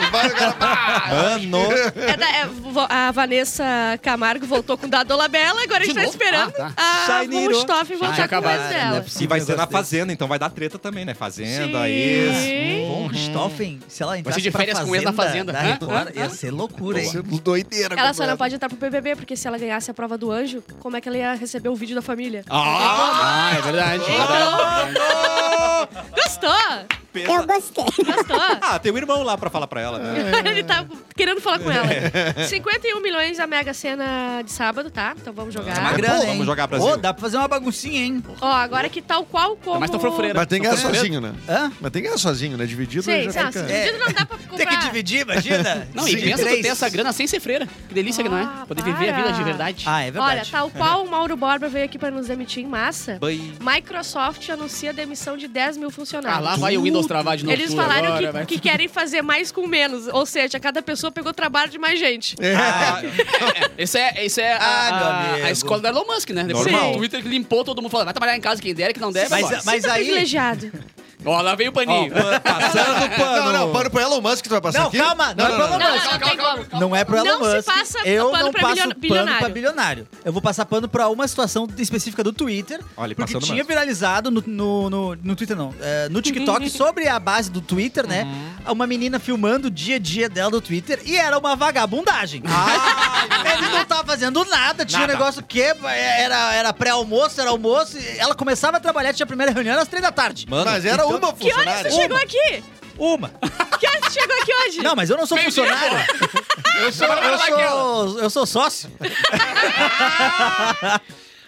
G: Os pais do cara, pá,
A: Mano.
D: É da- é, vo- a Vanessa Camargo voltou com o Dado Dolabella, agora a
B: De
D: gente tá
B: novo?
D: esperando
B: Ah,
D: a
A: Shainiro.
D: von Stoffen voltar com o
B: acabaram.
D: ex
C: Ah, não é
D: dela.
C: possível
A: E vai
C: um
A: ser na
C: negócio desse.
A: Fazenda, então vai dar treta também, né? Fazenda, isso.
D: Sim.
C: Von Stoffen, se ela entrasse
B: de
C: pra
B: férias com ex na fazenda.
C: da
B: Hã?
C: Record,
B: Hã?
C: ia ser loucura, hein?
G: doideira.
D: Ela só não pode entrar pro PBB, porque se ela ganhasse a prova do anjo, como é que ela ia receber o vídeo da família?
B: Ah, é verdade.
D: Gostou?
F: Eu gostei.
D: Gostou?
A: Ah, tem o irmão lá pra falar pra ela. né?
D: Ele tá querendo falar com ela. 51 milhões a Mega Sena de sábado, tá? Então vamos
A: É uma
D: jogar.
A: grana, Vamos hein? jogar, Brasil.
C: Ô, dá pra fazer uma baguncinha, hein?
D: Ó, agora que tal qual como...
B: Mas tá frofreira.
G: Mas tem que ganhar sozinho, né?
C: Hã?
G: Mas tem que ganhar sozinho, né? Dividido
D: Sim,
G: já
D: não, se
G: fica...
D: dividido não dá pra
C: Tem que
D: comprar.
C: dividir, imagina?
B: Não, e
C: Sim,
B: pensa tu
C: três.
B: ter essa grana sem ser freira. Que delícia que não
D: Ah,
B: é. Poder viver a vida
D: para.
B: de verdade.
C: Ah, é
D: Olha, tá
C: verdade.
D: tal qual o Mauro Borba veio aqui pra nos demitir em massa,
A: Bem,
D: Microsoft anuncia a demissão de 10 mil funcionários.
B: Ah, lá vai o Windows
C: Uh!
B: travar de novo.
D: Eles
B: tudo
D: falaram
B: agora,
D: que,
B: vai.
D: que querem fazer mais com menos. Ou seja, cada pessoa pegou trabalho de mais gente.
C: É
B: Isso é, isso é a,
C: Ah, meu
B: a-
C: amigo.
B: a escola do Elon Musk, né? Depois
A: Normal.
B: o Twitter que limpou todo mundo falando, vai trabalhar em casa quem der, que não der, vai embora.
C: mas mas aí...
D: Tá
C: Ah, tá,
D: privilegiado.
B: Ó, lá veio o
A: ó,
B: paninho.
A: pa- passando o pano.
G: Não, não, para pro Elon Musk que tu vai passar
C: Não,
G: aqui.
C: calma, não, é pro Elon
D: não,
C: Musk.
D: não, tem como.
C: Não é pro Elon
D: Não se
C: Musk.
D: passa
C: Eu
D: pano
C: não
D: pra
C: passo
D: bilhon-
C: pano
D: bilionário.
C: pra bilionário. Eu vou passar pano pra uma situação específica do Twitter.
A: Olha, ele
C: porque
A: passou no
C: tinha
A: Musk.
C: viralizado no, no, no- no Twitter, não. é, no TikTok, sobre a base do Twitter, né?
A: Uhum.
C: Uma menina filmando o dia a dia dela do Twitter e era uma vagabundagem.
A: Ah,
C: Ele não tava fazendo nada, tinha um negócio que era, era pré-almoço, era almoço. e Ela começava a trabalhar, tinha a primeira reunião às três da tarde.
A: Mano,
G: Mas era
C: Então-
G: uma
D: Que horas
G: funcionária.
D: você chegou aqui?
C: Uma.
D: Que horas você chegou aqui hoje?
C: Não, mas eu não sou
B: Meio dia,
C: funcionário. Eu sou, eu sou, eu sou sócio.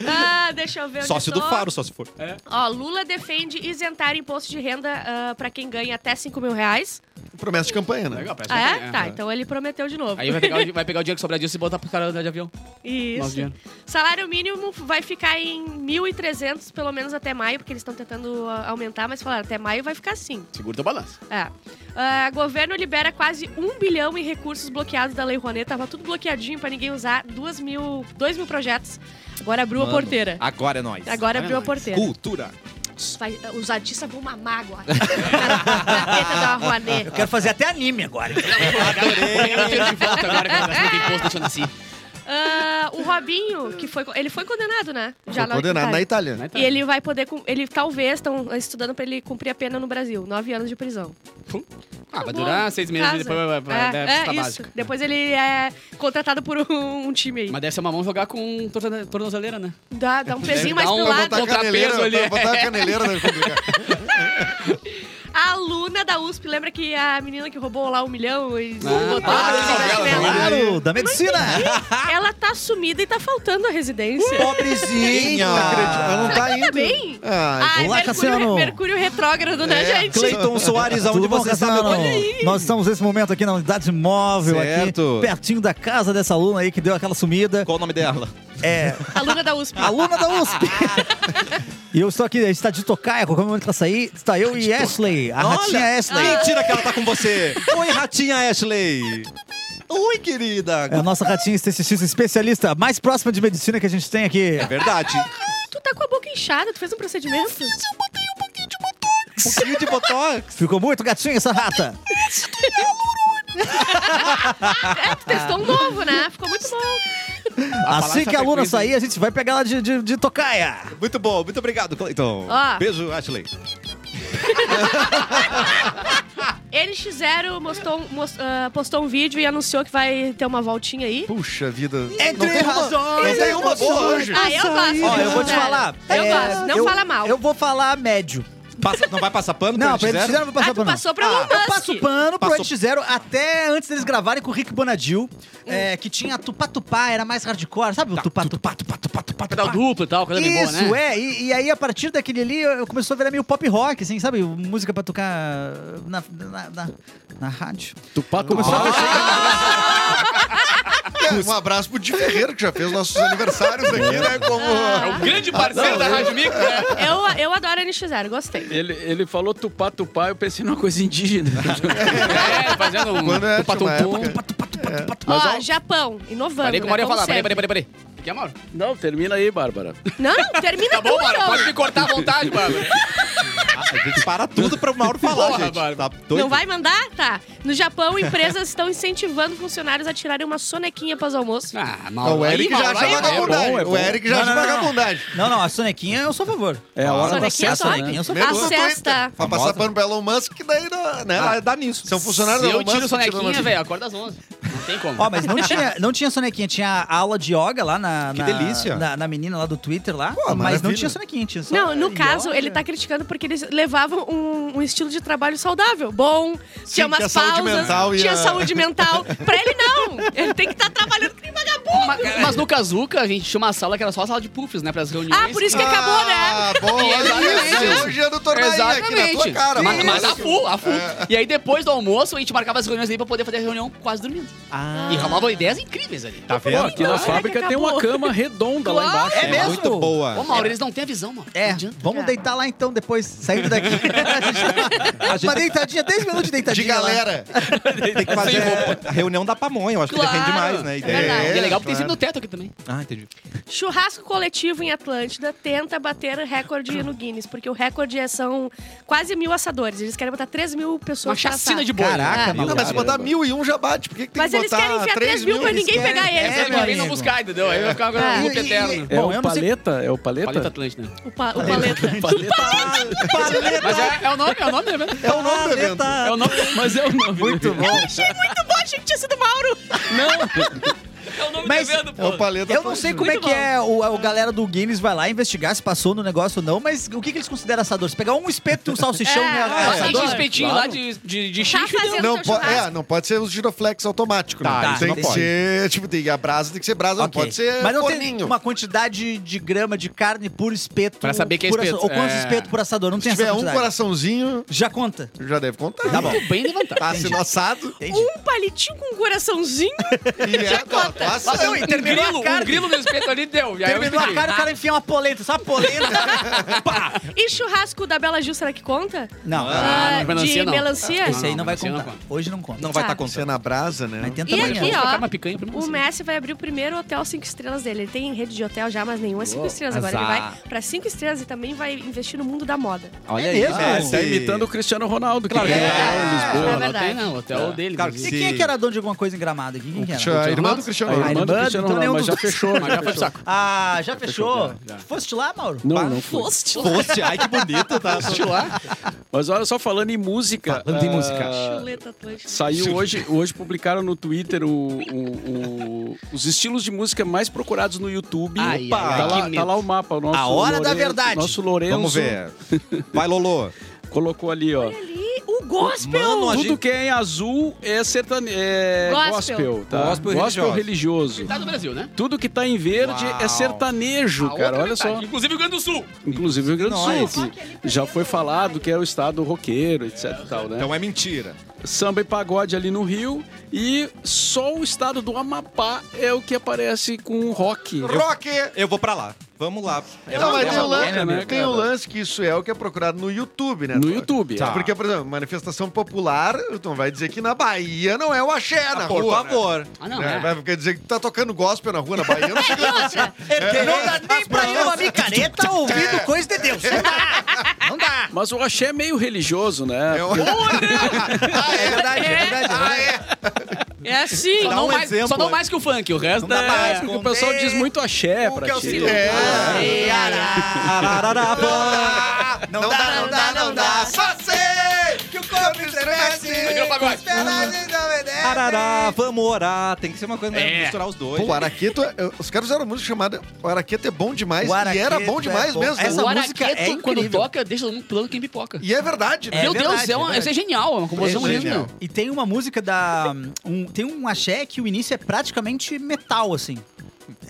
D: Ah, deixa eu ver onde
A: Sócio
D: tô. É.
A: do Faro, só se for.
D: Ó, Lula defende isentar imposto de renda ah, pra quem ganha até 5 mil reais.
G: Promessa de campanha, né?
B: Legal, parece
D: Ah,
B: uma-
D: é? Tá, então ele prometeu de novo.
B: Aí vai pegar, o- vai pegar o dinheiro que sobrar disso e botar pro cara andar de avião. Nosso
D: Isso.
B: dinheiro.
D: Salário mínimo vai ficar em 1.300, pelo menos até maio, porque eles estão tentando ah, aumentar, mas falaram, até maio vai ficar assim.
B: Segura teu balanço.
D: É. Ah, governo libera quase um bilhão em recursos bloqueados da Lei Rouanet. Tava tudo bloqueadinho pra ninguém usar. Duas mil, dois mil projetos. Agora abriu a
A: Mano,
D: porteira.
A: Agora é nós.
D: Agora abriu a porteira.
A: Cultura.
D: Vai- os artistas vão mamar agora. Na teta da Rouanet.
C: Eu quero fazer até anime agora. então.
B: Eu tenho de volta agora que eu não tem imposto deixando assim.
D: Ah, o Robinho, que foi... Ele foi condenado, né?
G: Foi Coordenado na Itália.
B: Né, tá?
D: E ele vai poder. cum- Ele talvez estão estudando pra ele cumprir a pena no Brasil. Nove anos de prisão. Tá
B: Ah, vai durar seis meses e
D: Casa.
B: depois vai, vai, vai
D: é,
B: vai
D: é,
B: custar
D: isso.
B: básico.
D: Depois ele é contratado por um, um time aí.
B: Mas deve ser uma mão jogar com tortone- tornozeleira, né?
D: Dá, dá um
B: Deve
D: pezinho
B: dar
D: mais
B: um-
D: pro
G: Pra
D: lado.
G: botar a
B: Contrapeso
G: caneleira,
B: ali.
G: pra botar a caneleira deve complicar.
D: A Luna filme é da USP, lembra que a menina que roubou lá um milhão e botou
B: ah,
D: no desenvolvimento?
C: Claro, da medicina.
D: Ela tá sumida e tá faltando a residência.
B: Hum,
C: Pobrezinha.
G: Ela não tá
D: Ainda
G: indo.
D: bem.
G: Ah,
D: Ai,
C: Olá, Cassiano.
D: Mercúrio, Mercúrio retrógrado,
B: É,
D: né, gente?
A: Cleiton Soares, aonde
C: Tudo bom,
A: você está?
C: Cassiano?
A: Olha aí.
C: Nós estamos nesse momento aqui na unidade móvel,
A: Certo.
C: aqui, pertinho da casa dessa aluna aí que deu aquela sumida.
A: Qual o nome dela?
C: É,
D: Aluna da USP.
C: aluna da USP. e eu estou aqui, a gente está de tocaia, qualquer momento que ela sair, está eu e Ashley, a ratinha Ashley.
A: Mentira que ela tá com você. Oi, ratinha Ashley. Oi, querida.
C: É a nossa ratinha esteticista especialista mais próxima de medicina que a gente tem aqui.
A: É verdade.
D: Tu tá com a boca inchada, tu fez um procedimento?
C: Um
A: Pouquinho de botox.
C: Ficou muito gatinha essa rata.
D: É, tu testou um novo, né? Ficou muito bom.
C: assim que a aluna
E: frequência-
C: sair, a gente vai pegar ela de, de, de tocaia.
A: Muito bom, muito obrigado, Cleiton.
D: Ó.
A: Beijo, Ashley.
D: NX0 mostrou, um- mos- ah, postou um vídeo e anunciou que vai ter uma voltinha aí.
G: Puxa vida.
C: Entre
G: Não
C: razões.
G: tem uma boa hoje.
D: Ah, eu gosto.
C: Ó, eu
D: disso,
C: vou te
D: né?
C: falar.
D: Eu
C: é,
D: gosto. Não
C: eu-
D: fala mal.
C: Eu vou falar médio.
A: Passa- não vai passar pano
C: Não,
A: pra
C: pra
A: eles
C: eles
A: fizeram?
C: fizeram, eu vou passar
D: Ah, tu
C: pano.
D: passou pra Elon
C: eu
D: Musk.
C: passo pano pro
A: Passou.
C: NX Zero até antes deles gravarem com o Rick Bonadil,
D: Hum.
C: é, que tinha tupá-tupá, era mais hardcore, sabe? O tupá-tupá, tupá-tupá,
B: Pedal
C: tupá-tupá.
B: duplo e tal, coisa bem boa,
C: Isso,
B: né?
C: é. E, e aí, a partir daquele ali, eu eu começou a virar meio pop rock, assim, sabe? Música pra tocar na, na, na, na rádio.
E: Tupá começou a fechar.
G: É, um abraço pro Di Ferreiro, que já fez nossos aniversários aqui, né? Como...
D: Ah.
C: é.
B: O grande parceiro da Rádio Mix, né?
D: Eu, eu adoro NX0, gostei.
E: Ele, ele falou tupá, tupá, eu pensei numa coisa indígena.
B: É, fazendo um
G: Quando é,
B: tupatum-tum.
G: tinha uma época.
D: Ó, Japão, inovando.
B: Parei que o
D: né?
B: Mauro ia
D: Como
B: falar. Peraí,
D: sempre.
B: peraí, peraí. peraí. Quer, Mauro?
E: Não, termina aí, Bárbara.
D: Não, não, termina
B: Tá bom,
D: tudo.
B: Mauro? Pode me cortar à vontade, Bárbara.
A: A gente para tudo pra o Mauro falar,
B: Porra,
A: gente.
B: Bárbara.
A: Tá doido?
D: Não vai mandar? Tá. No Japão, empresas estão incentivando funcionários a tirarem uma sonequinha após o almoço.
B: Ah,
G: Não,
B: Mauro.
G: o Eric
B: aí,
G: já né?
B: Mauro,
G: acha
B: aí, Mauro.
G: vagabundagem.
E: bom, é
G: O Eric já
C: Não,
G: acha né?
C: não, não, não.
G: vagabundagem.
C: Não, não, a sonequinha eu sou a favor.
E: É a hora da
D: sonequinha
E: cesta,
D: top.
E: né?
C: Eu sou a
D: A
C: favor.
G: Mesmo no
D: cesta.
G: Twitter, Pra passar pano pro Elon Musk, que daí dá, né?
A: Ah, dá nisso.
G: São funcionários
B: Se
G: da
B: eu
G: Elon Musk.
B: tiro o sonequinha,
G: tirando-
B: velho, acorda às 11. Não tem como.
C: Ó, mas não tinha, não tinha sonequinha, tinha aula de yoga lá na.
A: Que
C: na-
A: delícia.
C: Na, na menina lá do Twitter lá. mas não
G: maravilha.
C: tinha sonequinha, tinha só
D: Não, no
C: yoga.
D: caso, ele tá criticando porque eles levavam um, um estilo de trabalho saudável, bom, tinha umas
G: tinha saúde
D: pausas,
G: mental e
D: tinha
G: a-
D: saúde mental. Pra ele, não. Ele tem que estar trabalhando que nem vagabundo.
B: Mas, mas no Kazuca, a gente tinha uma sala que era só a sala de puffs, né? Pras reuniões.
D: Ah, por isso que acabou, né?
G: Ah, bom, olha
B: Exatamente.
G: isso. Elogiando o torneio é Ah, aqui na tua cara. É.
B: mas,
G: mano.
B: mas a full, a full. E aí depois do almoço, a gente marcava as reuniões ali pra poder fazer a reunião quase dormindo.
C: Ah.
B: E rolavam ideias incríveis ali.
A: Tá
E: Ó,
A: vendo?
E: aqui na fábrica tem uma cama redonda lá embaixo.
C: É mesmo?
A: Muito boa.
B: Ô, Mauro, eles não têm a visão, mano.
C: É,
B: Não adianta.
C: vamos deitar lá então depois, saindo daqui. A gente tá- Uma deitadinha, 10 minutos de
G: De
C: deitadinha. lá.
G: galera.
A: Tem que fazer a reunião da pamonha. Eu acho que
B: Claro.
A: depende mais, né?
B: É,
A: Ideia.
B: e é legal porque tem sempre no teto aqui também.
A: Ah, entendi.
D: Churrasco coletivo em Atlântida tenta bater recorde no Guinness, porque o recorde é- são quase mil assadores. Eles querem botar 3 mil
B: Uma
D: pessoas pra
B: chacina
D: assar.
B: de boi.
A: Ah,
C: Caraca,
B: né?
G: Não,
A: então,
G: mas se botar mil e um já bate. Por que, que tem
D: Mas
G: que
D: eles
G: botar
D: querem enfiar 3 mil pra ninguém
C: querem-
D: pegar
C: é,
D: eles.
B: Eles
C: meu
B: vêm não
C: amigo.
B: buscar, entendeu? Aí vai ficar uma
D: É.
B: é.
C: E-
B: loop
C: e-
B: eterno.
E: É
C: Bom,
E: o
C: eu não sei-
E: paleta? É o paleta?
B: Paleta Atlântico, né?
D: O, pa- o paleta.
C: Paleta.
B: Mas é, é o nome, é o nome, né?
G: É o nome do evento.
E: É o nome, mas é o nome. Muito bom.
D: Muito bom, achei que tinha sido Mauro.
B: É o nome
C: Mas-
B: do evento, pô.
G: É o paleta.
C: Eu não sei como é que é o, a- o galera do Guinness vai lá investigar se passou no negócio ou não, mas o que, que eles consideram assador? Se pegar um espeto e um salsichão,
D: É,
C: né?
D: é.
B: Nossa, a gente
C: assador?
B: tinha um espetinho lá de, de, de
D: Tá
B: chifre.
D: fazendo
G: Não,
D: seu
G: po é,
D: churrasco.
G: não pode ser os giroflex automático, né?
C: Tá,
G: tem
C: isso não
G: que
C: pode.
G: ser, tipo, tem a brasa, tem que ser brasa, não
C: Ok.
G: pode ser
C: Mas não tem
G: forninho.
C: uma quantidade de grama de carne por espeto.
B: Pra saber que é
C: por
B: espeto,
C: assa- Ou quantos
B: é.
C: espetos por assador? Não
G: Se
C: tem essa
G: tiver um
C: quantidade.
G: coraçãozinho,
C: Já conta.
G: já deve contar.
C: Tá bom.
B: Muito bem levantado.
G: Tá sendo assado.
C: Entendi.
D: Um palitinho com um coraçãozinho.
G: E é, ó, passa.
B: Mas
C: terminou
B: um,
C: a
B: grilo, é um
C: carne.
B: grilo no espeto ali deu. E aí eu
C: Terminou a
B: entendi.
C: cara, o cara enfia uma polenta. Só a polenta.
D: E churrasco da Bela Gil, será que conta?
C: Não.
D: Ah,
B: não, melancia
D: de
B: não.
G: é.
D: melancia?
C: Esse aí não,
B: não,
C: vai
B: mas esse aí não
C: contar. Hoje não conta.
A: Não vai
D: Tá.
A: estar
G: Você é
A: acontecendo.
G: na brasa, né?
C: Mas tenta
D: E
C: amanhã.
D: aqui,
B: Vou tocar
D: ó,
B: uma picanha pra assim.
D: o
B: você.
D: Messi vai abrir o primeiro hotel cinco estrelas dele. Ele tem rede de hotel já, mas nenhum é cinco estrelas. Agora ele
B: azar.
D: vai pra cinco estrelas e também vai investir no mundo da moda.
E: Olha
C: É
E: aí.
C: mesmo?
E: Ah, ele tá imitando o Cristiano Ronaldo, que claro,
A: que
E: é,
A: é.
E: em Lisboa.
D: É
B: Não, não
D: verdade.
B: tem não, o hotel dele. né?
A: Claro que
C: E
B: inclusive.
C: quem é
A: Sim.
C: que era dono de alguma coisa em Gramado aqui? Quem que era?
G: A irmã do Cristiano
E: A
G: Ronaldo.
E: irmã do
C: Irmã,
E: Cristiano
C: então nem um
E: Ronaldo, mas
C: dos
E: já fechou. Mas já foi pro saco.
C: Ah, já fechou?
E: fechou, já, já.
C: Foste lá, Mauro?
E: Não, não foi.
B: Foste lá.
A: um Post, ai que bonito, tá?
E: Mas olha só, falando em música.
A: Falando em
E: ah,
A: música.
D: Chuleta Atlântica.
E: Saiu hoje, hoje publicaram no Twitter o- o- o- os estilos de música mais procurados no YouTube.
B: Ai,
E: Opa,
B: ai,
E: tá,
B: ai,
E: lá,
B: que
E: tá
B: medo.
E: lá o mapa. O nosso
C: A hora da
E: Lourenço-
C: verdade.
E: Nosso Lourenço
A: Vamos ver. Vai, Lolo.
E: colocou ali, ó.
D: Ali, O gospel!
A: Mano, a
E: Tudo
A: gente...
E: que é em azul é, sertane... é
D: Gospel.
E: gospel. tá?
A: Gospel religioso.
E: religioso.
B: Tá do Brasil, né?
E: Tudo que tá em verde é
A: Uau.
E: sertanejo,
B: A
E: cara.
B: outra
E: Olha só.
B: metade, Inclusive o Rio Grande do Sul.
E: Inclusive o Rio Grande do
A: Nós.
E: Sul, que já foi falado que é o estado roqueiro, etc e tal, né?
A: Então é mentira.
E: Samba e pagode ali no Rio e só o estado do Amapá é o que aparece com rock.
G: Rock!
A: Eu vou pra lá. Vamos lá. É
G: Não,
A: uma-
G: mas
A: é
G: tem o
A: uma-
G: lance,
E: boa, né,
G: tem
E: cara?
G: o lance que isso é o que é procurado no YouTube, né?
E: No
G: Eduardo?
E: YouTube,
G: Tá.
E: é.
G: Porque, por exemplo, manifestação popular, tu não vai dizer que na Bahia não é o axé
C: Ah,
G: na
A: Por
G: rua, né?
A: favor.
B: Ah, não.
G: Né?
B: é.
G: Vai querer dizer que tu tá tocando gospel na rua na Bahia, não assim, né? chega a
D: Outra,
G: É.
C: Não dá nem pra ir numa micareta ouvindo coisa de Deus. Não dá. Não dá.
E: Mas o axé é meio religioso, né?
G: Eu-
E: Porque-
C: É verdade, é verdade. é verdade.
A: né?
B: É assim. Só,
A: Dá
B: não
A: um
B: mais,
A: exemplo,
B: só não
A: é.
B: mais que o funk, o resto
A: dá
B: é...
A: mais.
E: porque o pessoal diz muito axé pra ti.
G: É.
A: Arararabá. Ah, Não dá, não dá, não dá.
I: Só sei que o corpo estremece.
B: Virou pagode.
A: então, é Arará, vamos orar. Tem que ser uma coisa
B: É.
A: misturar os dois.
G: Pô, o Araqueto, é- os caras usaram uma música chamada O Araqueto é bom demais,
C: O
G: e era
C: Araqueto
G: bom
C: é
G: demais
C: bom.
G: mesmo. né?
C: Essa
B: o
C: música é
B: Araqueto, quando
C: incrível.
B: toca, deixa todo mundo pulando quem pipoca.
G: E é verdade, né?
B: Meu
C: verdade,
B: Deus, é, uma,
C: verdade.
B: isso é genial. É uma composição
G: É
B: linda.
G: genial.
C: E tem uma música da. um- tem um axé que o início é praticamente metal, assim.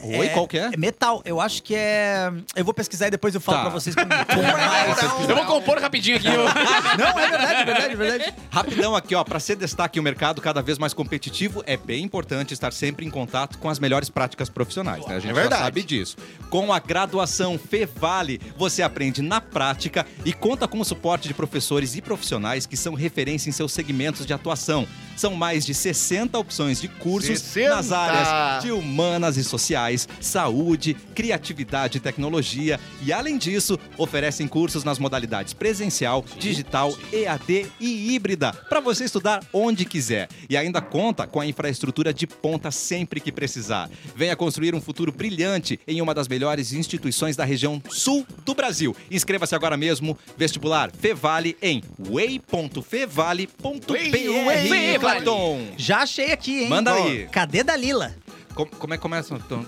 A: Oi, qual que é?
C: É metal. Eu acho que é. Eu vou pesquisar e depois eu falo
A: Tá.
C: pra vocês como. é. como-
A: é.
B: Eu vou compor rapidinho aqui.
C: Não, é verdade, é verdade, é verdade.
A: Rapidão aqui, ó, para ser destaque o mercado cada vez mais competitivo, é bem importante estar sempre em contato com as melhores práticas profissionais, né? A gente
G: É
A: já
G: verdade.
A: sabe disso. Com a graduação Fevale, você aprende na prática e conta com o suporte de professores e profissionais que são referência em seus segmentos de atuação. São mais de 60 opções de cursos
G: 60!
A: nas áreas de humanas e sociais, saúde, criatividade e tecnologia. E além disso, oferecem cursos nas modalidades presencial, digital, EAD e híbrida, para você estudar onde quiser. E ainda conta com a infraestrutura de ponta sempre que precisar. Venha construir um futuro brilhante em uma das melhores instituições da região sul do Brasil. Inscreva-se agora mesmo, vestibular Fevale em way.fevale.br.
B: Fevale.
A: Clapton.
C: Já achei aqui, hein?
A: Manda
C: Ó,
A: aí.
C: Cadê Dalila?
A: Como, como é que começa? Então...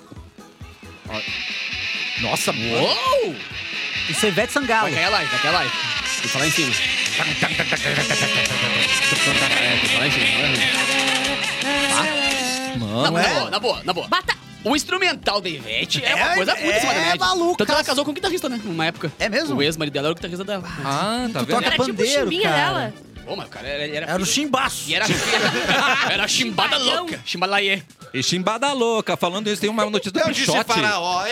A: Ó. Nossa, mano.
B: Uou!
C: Isso é Ivete Sangalo.
B: Vai cair a live, vai cair a live. Vou falar em cima. É, vou falar em cima.
A: Mano,
B: Tá? Na, na boa, na boa, na boa.
D: Bata...
B: O instrumental da Ivete é uma
C: É,
B: coisa muito
C: é
B: acima da média.
C: malucaço.
B: Tanto que ela casou com um guitarrista, né? Numa época.
C: É mesmo?
B: O ex-marido dela era o guitarrista dela.
A: Ah, tá vendo?
C: toca-
D: Era tipo o
C: pandeiro,
D: chimbinha
C: cara.
D: dela.
B: Pô, mas o cara era... ele era
C: Era o
B: filho-
C: chimbaço.
B: E era... era chimbada
D: Chimbadão.
B: louca. Chimbalaie.
A: E chimbada louca. Falando isso, tem um uma notícia
G: É
A: do
I: Eu disse
A: Pichote.
I: faraó.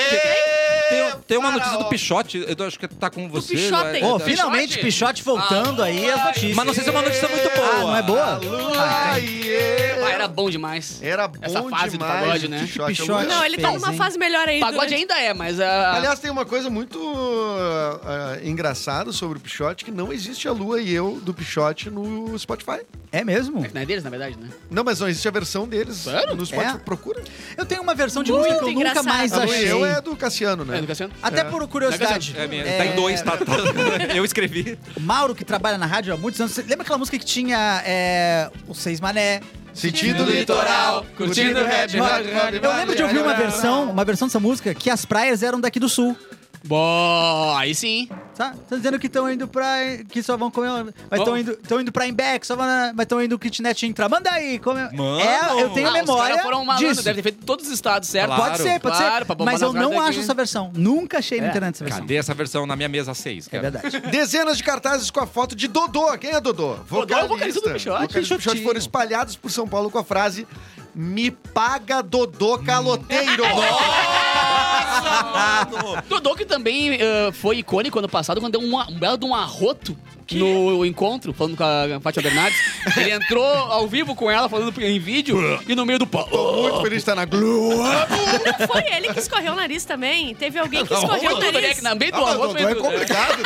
A: Tem, um- tem uma notícia do Pichote. Eu acho que tá com você.
D: Pichote.
A: vai-
C: Ô,
D: Pichote?
C: finalmente, Pichote voltando aí as notícias.
A: Ah, Mas não sei se é uma notícia muito
C: Ah,
A: boa.
C: não é boa? Ah, então.
G: Ai, é.
B: Ah, era bom demais.
C: É.
G: Era bom
B: Essa fase do
G: demais.
B: pagode, né?
G: Pichote, É eu
C: Pichote.
G: gosto.
D: Não, ele tá
C: Fez,
D: numa
C: hein?
D: fase melhor ainda.
B: Pagode
D: né?
B: ainda é, mas a...
G: Aliás, tem uma coisa muito ah, ah, engraçada sobre o Pichote, que não existe a Lua e eu do Pichote no Spotify.
C: É mesmo?
B: Não é deles, na verdade, né?
G: Não, mas não existe a versão deles no Spotify.
C: É.
G: Procura.
C: Eu tenho uma versão de música que eu nunca
D: engraçado.
C: mais
G: A Lua e eu
C: achei.
G: é do Cassiano,
B: É,
G: né?
B: do Cassiano?
C: Até por curiosidade.
A: É minha.
C: é,
A: Tá em dois, tá? tá- Eu escrevi.
C: Mauro, que trabalha na rádio há muitos anos. Você lembra aquela música que tinha é, o Seis Mané?
G: Sentido litoral,
B: curtindo Red
C: Eu lembro de ouvir uma versão, uma versão dessa música, que as praias eram daqui do sul.
B: Bom, aí sim.
C: Tá? Estão dizendo que estão indo pra. que só vão comer. Mas estão
B: Bom.
C: indo, tão indo pra Embeck, só vão na- mas estão indo kitnet intra. Manda aí! Come...
A: Mano!
C: É, eu tenho
B: Ah, Os
C: memória.
B: caras foram malandros,
C: disso.
B: deve ter feito todos os estados, certo?
A: Claro.
C: Pode ser, pode
B: Claro,
C: ser.
B: pra bombar
C: Mas eu
B: nas É. áreas
C: não
B: daqui.
C: acho essa versão. Nunca achei na internet essa versão.
A: Cadê essa versão na minha mesa 6?
C: É verdade.
G: Dezenas de cartazes com a foto de Dodô. Quem é Dodô?
B: é o vocalista do Peixote.
G: Vocalista do Peixote foram espalhados por São Paulo com a frase Me paga Dodô caloteiro.
B: Dodô que também eh, foi icônico ano passado, quando deu um, a- um belo de um arroto no encontro, falando com a Fátima Bernardes. Ele entrou ao vivo com ela, falando em vídeo, e no meio do pau.
G: Muito feliz de estar na Globo.
D: Não foi ele que escorreu o nariz também? Teve alguém que escorreu o nariz.
B: No meio do
G: Ah,
B: arroto,
G: Dodô é complicado.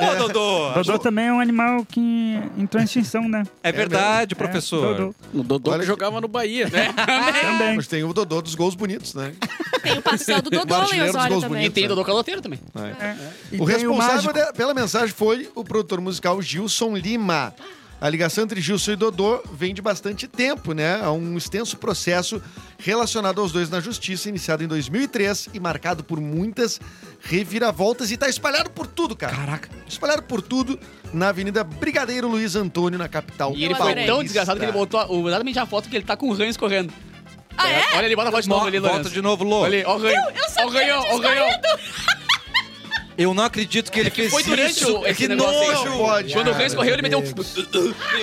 A: Ô, Dodô!
J: Dodô também é um animal que entrou em extinção, né?
A: É verdade,
J: É,
A: professor.
J: Dodô.
E: O Dodô
G: Olha É.
E: que
G: que-
E: jogava no Bahia, né?
J: Também.
G: Mas tem o Dodô dos gols bonitos, né?
D: Tem o pastel do Dodô em
G: Martineiro dos
D: Osório
G: gols
D: também.
B: E tem Dodô Caloteiro também.
J: É. E
G: O
J: tem
G: responsável
J: mágico.
G: de- pela mensagem foi o produtor musical Gilson Lima. A ligação entre Gilson e Dodô vem de bastante tempo, né? Há um extenso processo relacionado aos dois na justiça, iniciado em 2003 e marcado por muitas reviravoltas e tá espalhado por tudo, cara. Caraca. Espalhado por tudo na Avenida Brigadeiro Luiz Antônio, na capital
B: E ele foi
G: paulista.
B: tão desgraçado que ele botou a- exatamente a foto que ele tá com o ranho escorrendo.
D: Ah, é?
B: Olha ali, bota a foto de novo ali,
A: Volta
B: Lourenço.
A: de novo, Lô.
B: Olha ali, ó o ranho.
D: Eu
B: Ó o
D: sabia
B: ranho,
D: que
B: ó
D: tinha
B: o ranho.
D: escorrido.
A: Eu não acredito que ele fez
B: Foi durante
A: isso. É
B: o, esse
A: que
B: negócio aí,
A: nojo.
B: ó.
G: pode,
B: Quando o
G: cara,
B: ranho escorreu, ele meteu um... e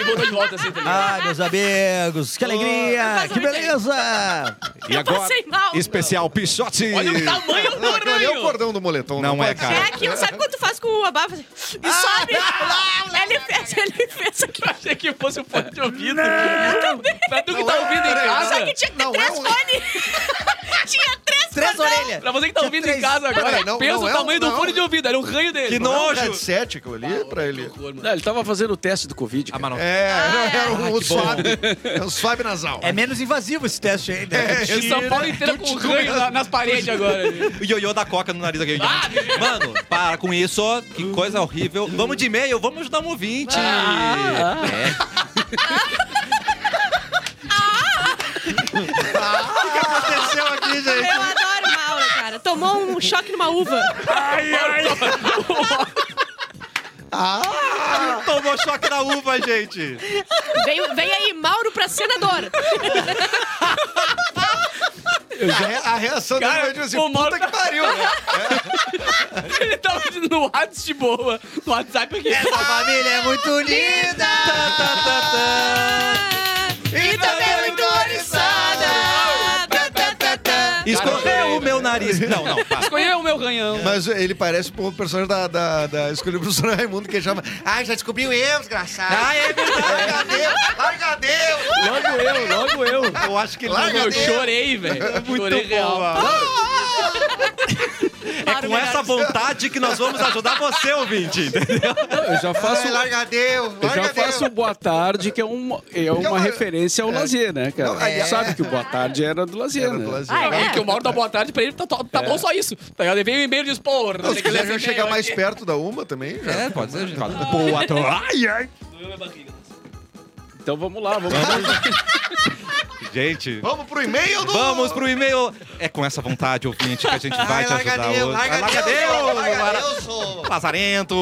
B: botou de volta assim, tá ligado?
C: Ai, Ah, meus amigos, que alegria,
D: Mas
C: que
D: eu entendi.
C: beleza!
A: E
D: Eu
A: agora,
D: passei mal.
A: especial Pichote.
B: Olha o tamanho
G: Não,
B: do
G: aquele ali é o
B: ranho.
G: cordão do moletom.
A: Não é,
G: pode
A: cara.
G: ser.
D: É aquilo, sabe quando tu faz com o abafo e sobe? ele fez, ele fez aqui.
B: Eu achei que fosse o fone de ouvido. pra tu que tá ouvindo em
D: Só
B: casa...
D: que tinha que ter
G: Não,
D: três
G: é um-
D: fones. tinha três,
C: Três
D: cordão.
C: orelhas!
B: Pra você que tá ouvindo em casa agora,
G: Peraí, não-
B: pensa
G: não
B: o
G: é um-
B: tamanho do
G: não.
B: fone de ouvido, era o ranho dele.
A: Que
G: Não é um
A: nojo.
G: headset aquilo ali pra ele.
E: Não, ele tava fazendo o teste do Covid.
A: Ah,
E: cara.
A: mas não.
G: É, é um, um swab. É um swab nasal.
C: É menos invasivo esse teste aí, né?
B: Em São Paulo inteira com o ranho na- nas paredes agora.
A: O ioiô da coca no nariz aqui. Mano, para com isso. ó. Que coisa horrível. Vamos de e-mail, vamos ajudar um ouvinte. Ah,
G: aconteceu aqui, gente?
D: Eu adoro o Mauro, cara. Tomou um choque numa uva.
A: Tomou choque na uva, gente.
D: Vem, vem aí, Mauro pra senador.
G: A, re- a reação dele
B: Cara,
G: foi tipo assim,
B: o
G: puta
B: Mauro-
G: que pariu, né?
B: Ele tava no WhatsApp de boa, no WhatsApp aqui.
C: A família é muito unida!
D: Ah, e também muito oriçada. Tá, tá, tá, tá.
A: Escorreu o meu nariz. Não, não, para.
B: Escolheu o meu ranhão.
G: Mas ele parece o personagem da, da, da escolha do professor Raimundo que chama. Ah, já descobriu eu, desgraçado.
A: Ah, é verdade.
G: Larga Deus, larga Deus.
B: Logo eu, logo eu.
A: Eu acho que ele
G: Larga
B: Eu
G: Deus.
B: chorei,
G: É
B: velho.
A: Muito
B: Chorei real.
A: boa. É
D: Mauro
A: com essa
D: Meirelles.
A: vontade que nós vamos ajudar você, ouvinte. entendeu?
E: Eu já faço,
G: Ai, larga Deus,
E: eu
G: larga
E: já faço
A: um
E: o
G: Deus.
E: Boa Tarde, que é, um, é uma
G: uma-
E: referência ao Lazier, né, cara?
G: Então, Não, é-
E: Tu sabe que o Boa Tarde era do Lazier,
G: Era
E: né?
G: do lazer.
D: Ah, é?
B: Porque o Mauro dá boa tarde pra ele, tá, tá- tá bom só isso. Tá ligado? Ele veio um e-mail de expor.
G: Não, se quiser
B: assim,
G: já chegar
B: né?"
G: mais perto da uma também, já.
A: É, pode ser, gente. Boa
E: Ai, ai. Então vamos lá, vamos
A: Gente,
G: Vamos pro e-mail do...
A: vamos pro e-mail. É com essa vontade, ouvinte, que a gente vai te
G: larga
A: ajudar
G: Deus,
A: hoje.
G: larga
A: Larga Deus, Lara-
G: Deus, sou.
A: Lazarento.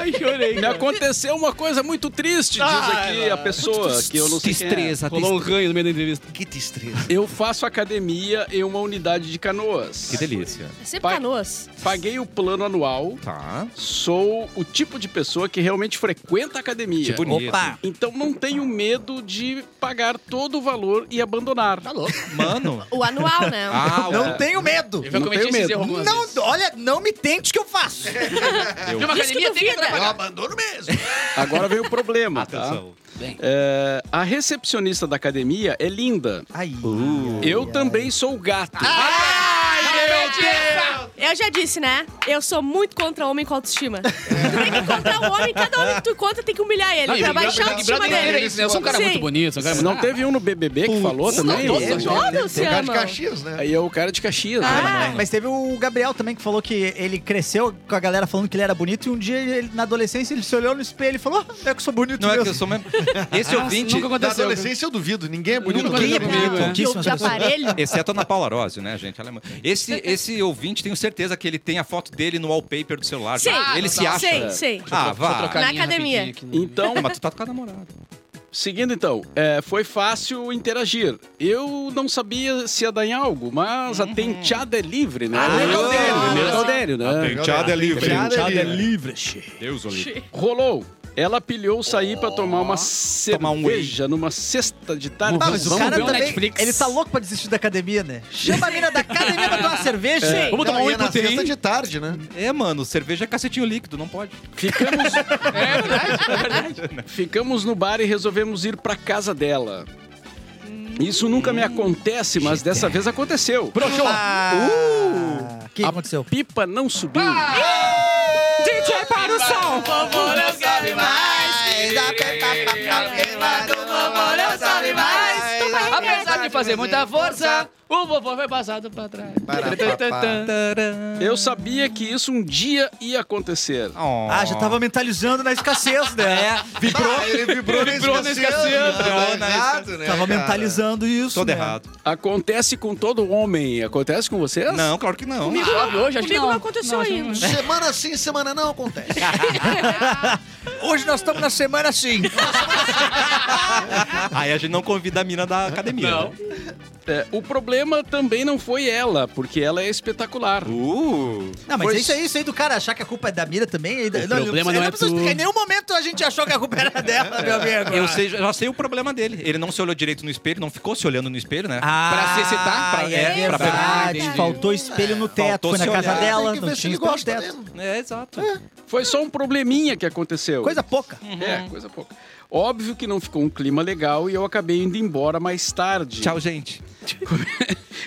B: Ai, chorei.
E: Me aconteceu uma coisa muito triste, diz aqui a pessoa, que eu não sei quem é.
A: Destreza,
B: Rolou um ranho no meio da entrevista.
A: Que destreza.
E: Eu faço academia em uma unidade de canoas.
A: Que delícia.
D: Sempre tá canoas.
E: Paguei o plano anual,
A: Tá.
E: sou o tipo de pessoa que realmente frequenta a academia.
A: Que bonito.
C: Opa!
E: Então não tenho medo de pagar todo o valor e abandonar.
B: Tá louco.
A: Mano.
D: O anual, né?
A: Ah,
C: Não tenho medo!
B: Eu já
E: Não
B: cometi
E: tenho
B: esses
E: medo.
B: erros algumas
C: Não,
B: vezes.
C: olha, não me tente que eu faço!
B: Porque uma
D: Diz que
B: academia tem que
D: duvida.
G: Eu
B: trabalhar.
G: abandono mesmo.
E: Agora vem o problema, tá?
A: Atenção.
E: É, a recepcionista da academia é linda.
C: Ai,
E: Eu também sou gato.
B: Ah,
D: Eu já disse, né? Eu sou muito contra homem com autoestima. tu tem que encontrar um homem, cada homem que tu encontra tem que humilhar ele.
B: Não,
D: pra
B: e
D: baixar a
B: Big Brother
D: autoestima
B: inteiro é
D: dele.
B: isso, né? um Eu sou um cara
D: Sim.
B: muito bonito, sou um cara muito...
E: Não teve um no BBB que falou também?
B: não,
E: É.
B: não.
D: Todos se
G: O cara de
D: amam.
G: Caxias, né?
E: Aí é o cara de Caxias,
B: Ah,
E: né?
C: Ah, Mas teve o Gabriel também que falou que ele cresceu com a galera falando que ele era bonito e um dia, ele, na adolescência, ele se olhou no espelho e falou: "Ah, é que eu sou bonito
A: Não é
C: mesmo.
A: que eu sou mesmo. Esse ouvinte.
B: Nunca
G: Na
B: aconteceu.
G: adolescência eu duvido, ninguém é bonito.
B: Nunca
G: Ninguém é
B: vi.
G: bonito.
B: comigo, né?
C: Pouquíssimas
D: De
C: pessoas.
D: aparelho?
A: Exceto a Ana Paula Rose, né, gente? Ela é... esse, esse ouvinte, tenho certeza que ele tem a foto dele no wallpaper do celular.
D: Sim.
A: já. Ele se acha.
D: Sim, sim.
A: Ah, vá.
D: trocar. Na academia.
E: Então,
A: Não, mas tu tá com a namorada.
E: seguindo então, é, foi fácil interagir. Eu não sabia se ia dar em algo, mas a tenteada é livre, né?
A: Ah,
E: Era
A: legal.
E: o Eudélio,
A: Ah,
E: né?
A: legal.
E: Eudélio, né?
G: Penteado é livre.
E: Penteado é livre,
A: Deus, Olívio.
E: Rolou. Ela pilhou sair pra tomar uma cerveja
A: Tomar um whey.
E: numa sexta de tarde.
C: Ah, mas o
E: Vamos
C: cara
E: ver um
C: também,
E: Netflix.
C: ele tá louco pra desistir da academia, né? Chama a mina da academia pra tomar cerveja. Então,
D: Sim.
B: Vamos tomar
G: Não,
B: um
G: e é na
B: Iputem.
G: sexta de tarde, né?
A: É, mano, cerveja é cacetinho líquido, não pode.
E: um- Ficamos,
B: É verdade, é verdade.
E: ficamos no bar e resolvemos ir pra casa dela. Isso nunca me acontece, mas dessa vez aconteceu.
B: Broxou.
C: Ah, O que
E: A
C: aconteceu?
E: pipa não subiu.
B: DJ
C: Tá
B: para o som. Vovô não sabe mais.
C: Ai, dá pra-
B: Vovô não sabe mais. Apesar de fazer muita força, o vovô foi passado pra trás.
E: Eu sabia que isso um dia ia acontecer.
C: Ah, já tava mentalizando na escassez, né? Vibrou.
G: Ah, ele vibrou,
E: Ele vibrou
G: nesse
E: nesse
G: cassino.
E: cassino.
G: Ah, tá errado, né,
C: Tava
G: cara?
C: mentalizando isso.
A: é Todo
C: né?
A: errado.
E: Acontece com todo homem. Acontece com vocês?
A: Não, claro que não.
B: Comigo, não, Ah, hoje, acho que
D: Comigo não
B: não.
D: aconteceu
B: acho que
D: ainda.
G: Semana sim, semana não acontece.
C: Hoje nós estamos na semana sim.
A: Aí a gente não convida a mina da academia.
E: Não.
A: né?
E: É, o problema também não foi ela, porque ela é espetacular.
A: Uh.
C: Não, mas
E: Pois-
C: é isso aí, isso aí do cara achar que a culpa é da Mira também. O
B: problema não é tu.
C: Em nenhum momento a gente achou que a culpa era dela, meu amigo.
A: Eu sei, já sei o problema dele. Ele não se olhou direito no espelho, não ficou se olhando no espelho, né?
C: Ah,
B: Pra se excitar, pra-
C: é,
A: é, pra
B: pegar,
C: verdade.
B: entendi. É.
C: Faltou espelho no teto,
A: faltou
C: foi na
A: se
C: casa
A: olhar.
C: dela,
G: Tem que
C: não
G: ver se
C: tinha espelho
G: ele
C: no
G: gosta né?
C: teto.
G: mesmo.
A: É, exato.
E: Foi só um probleminha que aconteceu.
C: Coisa pouca.
E: É, coisa pouca. Óbvio que não ficou um clima legal e eu acabei indo embora mais tarde.
A: Tchau, gente.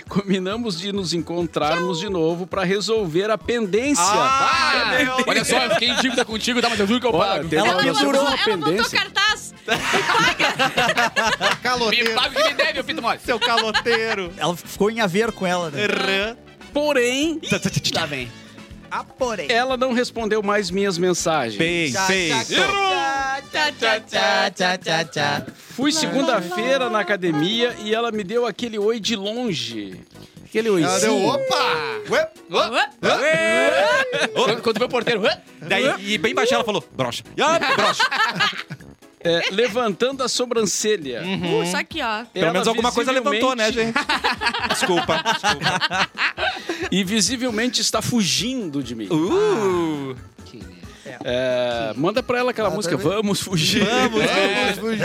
E: Combinamos de nos encontrarmos de novo pra resolver a pendência.
A: Ah,
E: Ah,
A: meu
B: Olha só, eu fiquei em dívida contigo, tá? Mas eu juro que eu
E: Olha,
B: pago.
E: tem uma
D: Ela
E: pessoa
D: levantou,
E: com
D: ela botou
E: pendência.
D: cartaz.
B: Me
G: Caloteiro.
B: paga o que me deve, ô Pito Mole.
A: Seu caloteiro.
C: Ela ficou em haver com ela, né?
G: É.
A: Rã.
E: Porém,
B: Tá bem.
C: Ah,
B: É.
C: porém.
E: ela não respondeu mais minhas mensagens.
A: Fez, fez.
C: Tchá, tchá, tchá, tchá, tchá, tchá.
E: Fui segunda-feira na academia e ela me deu aquele oi de longe. Aquele oi.
G: Ela deu, opa! Ué,
B: Quando- Quando foi o porteiro... "Hã?"
A: Daí, e bem baixo ela falou, brocha. E ela, brocha.
E: É, levantando a sobrancelha.
D: Uh, só aqui, ó.
A: Pelo
E: Ela
A: menos alguma coisa
E: visivelmente-
A: levantou, né, gente? Desculpa, desculpa.
E: E visivelmente está fugindo de mim.
A: Uh.
E: É, manda pra ela aquela música Vamos Fugir. É.
G: vamos né? fugir.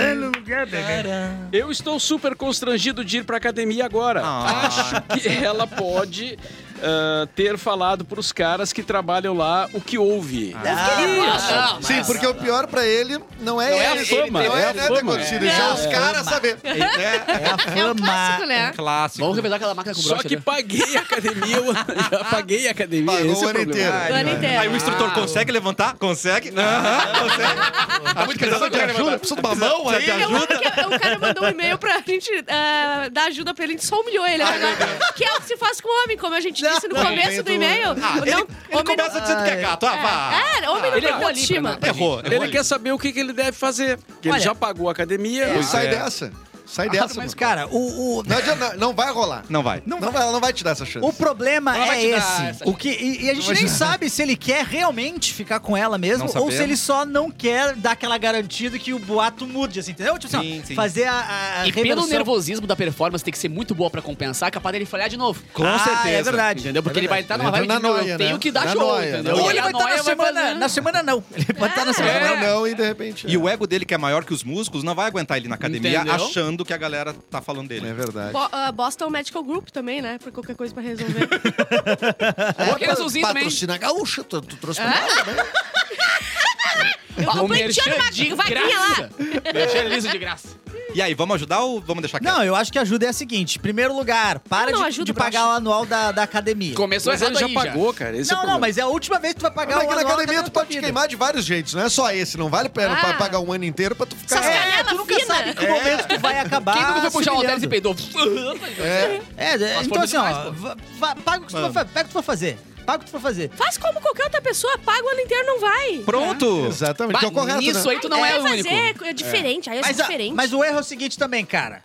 E: Eu estou super constrangido de ir pra academia agora.
A: Ah.
E: Acho que ela pode ah, ter falado pros caras que trabalham lá o que houve.
B: Ah, não,
G: Sim,
B: mas-
G: porque o pior pra ele não é,
E: Não é a
G: ele.
E: fama,
G: Não é,
E: é a
G: não é ter
E: fama.
G: acontecido,
E: É.
G: já os caras saber.
C: É a
D: É um clássico,
C: fama.
D: né?
A: Clássico.
B: Vamos revelar aquela máquina com
E: Só
B: brocha,
E: que
B: né?
E: paguei a academia, eu já paguei a academia.
G: Pagou
E: esse
G: o Ah,
E: é
G: ano
E: problema.
G: inteiro.
D: Do ano
A: Aí o
D: inteiro.
A: instrutor consegue levantar? Consegue? Aham, consegue. Tá muito
G: né,
A: cansado de ajuda? Precisa de uma mão? né, de
D: Eu
A: ajuda?
D: amo É que o cara mandou um e-mail pra gente ah, dar ajuda pra ele, a gente só humilhou ele até agora. Que é o que se faz com homem, como a gente disse no
G: Não,
D: começo do
G: meio do-
D: e-mail.
A: Ah, ele, ele
D: Não, homem não-
A: começa dizendo que é gato. Ah, vá.
D: É, homem não
B: ele errou ali
D: tem
B: pra
D: autoestima.
B: nós.
A: Errou.
E: Ele quer saber o que, que ele deve fazer. Porque
C: Olha.
E: ele já pagou a academia.
G: Pois sai
A: é.
G: dessa. Sai dessa.
C: Mas,
G: mano.
C: cara, o... o-
G: Não, adianta, não, não vai rolar.
A: Não vai.
G: Não, vai, ela não vai te dar essa chance.
C: O problema
B: Ela vai
C: é
B: te dar
C: esse.
B: essa
C: O que, e, e a gente nem sabe se ele quer realmente ficar com ela mesmo
A: Não
C: ou se
A: sabemos.
C: ele só não quer dar aquela garantia de que o boato mude, assim, entendeu? Tipo assim, ó,
A: Sim, sim.
C: fazer a, a a
B: E pelo
C: reversão.
B: nervosismo da performance tem que ser muito boa pra compensar, capaz dele falhar de novo.
C: Com
A: Ah,
C: certeza.
A: é
C: É verdade.
B: Entendeu? Porque ele vai estar numa vibe
G: Ele entra
B: de
G: na
B: novo.
G: noia,
B: Eu tenho
G: né?
B: que dar
G: Na
B: show,
G: noia,
B: entendeu?
G: né?
C: Ou
B: E
C: ele
B: a
C: vai estar
B: noia
C: na semana.
B: é, fazer-
C: Na semana não. Ele pode estar na semana
G: Ela
C: não.
G: não, e de repente.
A: E o ego dele, que é maior que os músculos, não vai aguentar ele na academia
B: Entendeu?
A: achando que a galera tá falando dele.
G: É verdade.
D: Bo ah, Boston Medical Group também, né? Pra qualquer coisa pra resolver.
B: aquele azulzinho também. Ah?
G: Patrocina gaúcha, tu, tu trouxe pra nada, né?
D: Eu
B: O
D: tô
B: merchan
D: pleiteando
B: de
D: uma vaquinha lá.
B: graça. Merchan liso de graça.
A: E aí, vamos ajudar ou vamos deixar quieto?
C: Não, eu acho que a ajuda é a seguinte: primeiro lugar, para
D: Eu não
C: de,
D: ajudo,
C: de pagar
D: broxa.
C: o anual da, da academia.
B: Começou
E: Mas
B: errado
E: ele já
B: aí,
E: pagou, cara. Esse é
C: não,
E: o
C: não,
E: problema.
C: mas é a última vez que tu vai pagar
G: Mas
C: o
G: aqui na
C: anual
G: academia
C: da
G: tu
C: tua
G: pode te
C: vida.
G: queimar de vários jeitos, não é só esse. Não vale pra, pra
D: Ah.
G: pagar um ano inteiro pra tu ficar.
D: Essas
G: É,
C: É,
D: canelas
C: tu nunca
D: finas.
C: sabe que momento tu vai acabar.
B: Quem nunca foi puxar o
C: se
B: halteres e
C: humilhando.
B: peidou?
G: é.
C: É, é, então
B: Nós fomos
C: assim, ó,
B: demais,
C: va- va- paga o que tu for fa- pega o que tu for fazer. Paga o que tu for fazer.
D: Faz como qualquer outra pessoa, paga o ano inteiro, não vai.
A: Pronto!
G: Exatamente, que é o
B: Bah,
G: correto,
B: Nisso
G: né?
B: aí tu não é o
D: fazer,
B: único.
D: é diferente, aí é
C: Mas, a-
D: diferente.
C: mas o erro é o seguinte também, cara.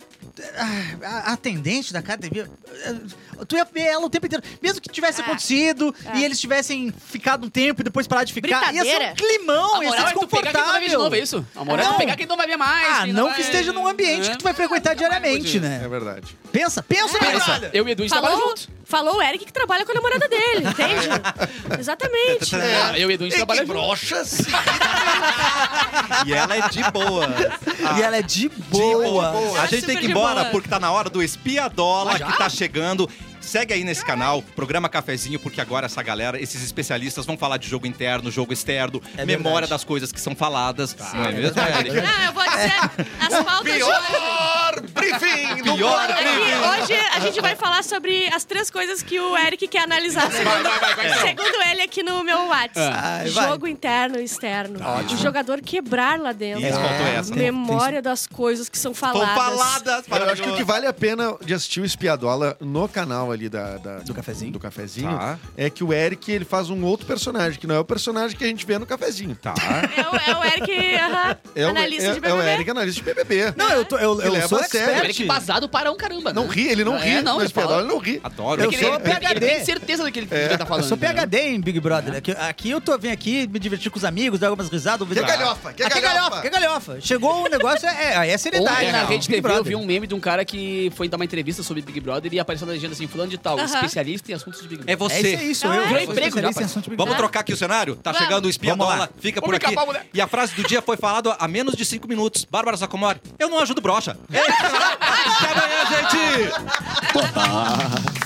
C: Ah, A, a atendente da academia. ah, Tu ia ver ela o tempo inteiro. Mesmo que tivesse
D: Ah.
C: acontecido e eles tivessem ficado um tempo e depois parar de ficar, ia ser um
D: Brincadeira.
C: climão,
B: A
C: ia ser
B: moral é tu pegar quem tu vai ver de
C: desconfortável.
B: novo, é isso? A moral é
C: Não.
B: tu pegar quem tu não vai ver mais.
C: Ah,
B: quem
C: não
B: vai-
C: que esteja num ambiente
B: É.
C: que tu vai frequentar diariamente, né?
G: É verdade.
C: Pensa, pensa,
D: É.
C: pensa.
B: Pensa, eu e Edu a gente trabalha
D: Falou,
B: junto.
D: falou o Eric que trabalha com a namorada dele, entende? Exatamente.
C: É.
B: Ah, Eu e Edu a gente trabalha junto.
G: brochas.
A: E ela é de boa.
C: E ela é de boa.
A: A gente tem
D: Super
A: que ir
D: de
A: embora
D: boa.
A: porque tá na hora do Espiadola que tá chegando. Segue aí nesse canal, programa Cafezinho, porque agora essa galera, esses especialistas vão falar de jogo interno, jogo externo,
C: É
A: memória
C: verdade.
A: das coisas que são faladas. não é mesmo, Eric?
D: Ah, eu vou dizer as faltas de hoje.
G: Pior briefing do
A: Pior
G: Bora!
D: Aqui, hoje a gente vai falar sobre as três coisas que o Eric quer analisar, segundo, segundo ele aqui no meu WhatsApp.
C: Ai, vai.
D: Jogo interno e externo. O jogador quebrar lá dentro. Ah,
A: Isso, faltou essa.
D: Memória das coisas que são
A: Estão
D: faladas.
A: faladas.
G: Eu acho que o que
A: maravilhoso.
G: vale a pena de assistir o Espiadola no canal ali da, da-
C: Do cafezinho?
G: do cafezinho
A: Tá.
G: é que o Eric ele faz um outro personagem, que não é o personagem que a gente vê no cafezinho. Tá.
D: É o, é o Eric, aham,
G: É o,
D: analista
G: é-
D: de
G: é
D: BBB.
G: o Eric analista de BBB.
C: Não, eu, tô, eu,
G: Que
C: eu
G: leva
C: sou
G: a sério.
C: expert.
B: Eric basado para um caramba.
G: Não
B: né?
G: ri, ele não
B: É,
G: ri.
B: não,
G: no
B: ele fala.
G: Espiadola ele não ri.
A: Adoro.
B: É
C: Eu
B: que
C: sou
B: ele, ele-
C: PhD.
B: ele tem certeza do que ele do que
G: É.
B: ele tá falando.
C: Eu sou
B: né?
C: PHD em Big Brother. Aqui, aqui eu tô vendo aqui, me divertir com os amigos, dar algumas risadas.
G: Que
C: ouvir-
G: galhofa, que
C: Ah, que galhofa, que
G: galhofa.
C: galhofa. Chegou um negócio, é, é, aí é seriedade.
B: Ontem na
C: né?
B: Rede
C: Big
B: TV eu vi
C: Brother.
B: um meme de um cara que foi dar uma entrevista sobre Big Brother e apareceu na legenda assim, fulano de tal,
D: Aham.
B: especialista em assuntos de Big Brother.
A: É você.
C: É isso aí, sou
D: Não,
C: eu.
D: é?
C: sou
B: Ah, Emprego né, já,
C: especialista em
B: pai.
C: assunto de Big
A: Vamos
C: Brother.
A: trocar aqui o cenário? Tá
D: Vamos.
A: chegando o Espia
C: Vamos lá.
A: Bola, fica
B: Vamos
A: por aqui.
B: acabar, mulher.
A: E a frase do dia foi falada há menos de 5 minutos. Bárbara Sacomori, eu não ajudo brocha. Até amanhã, gente!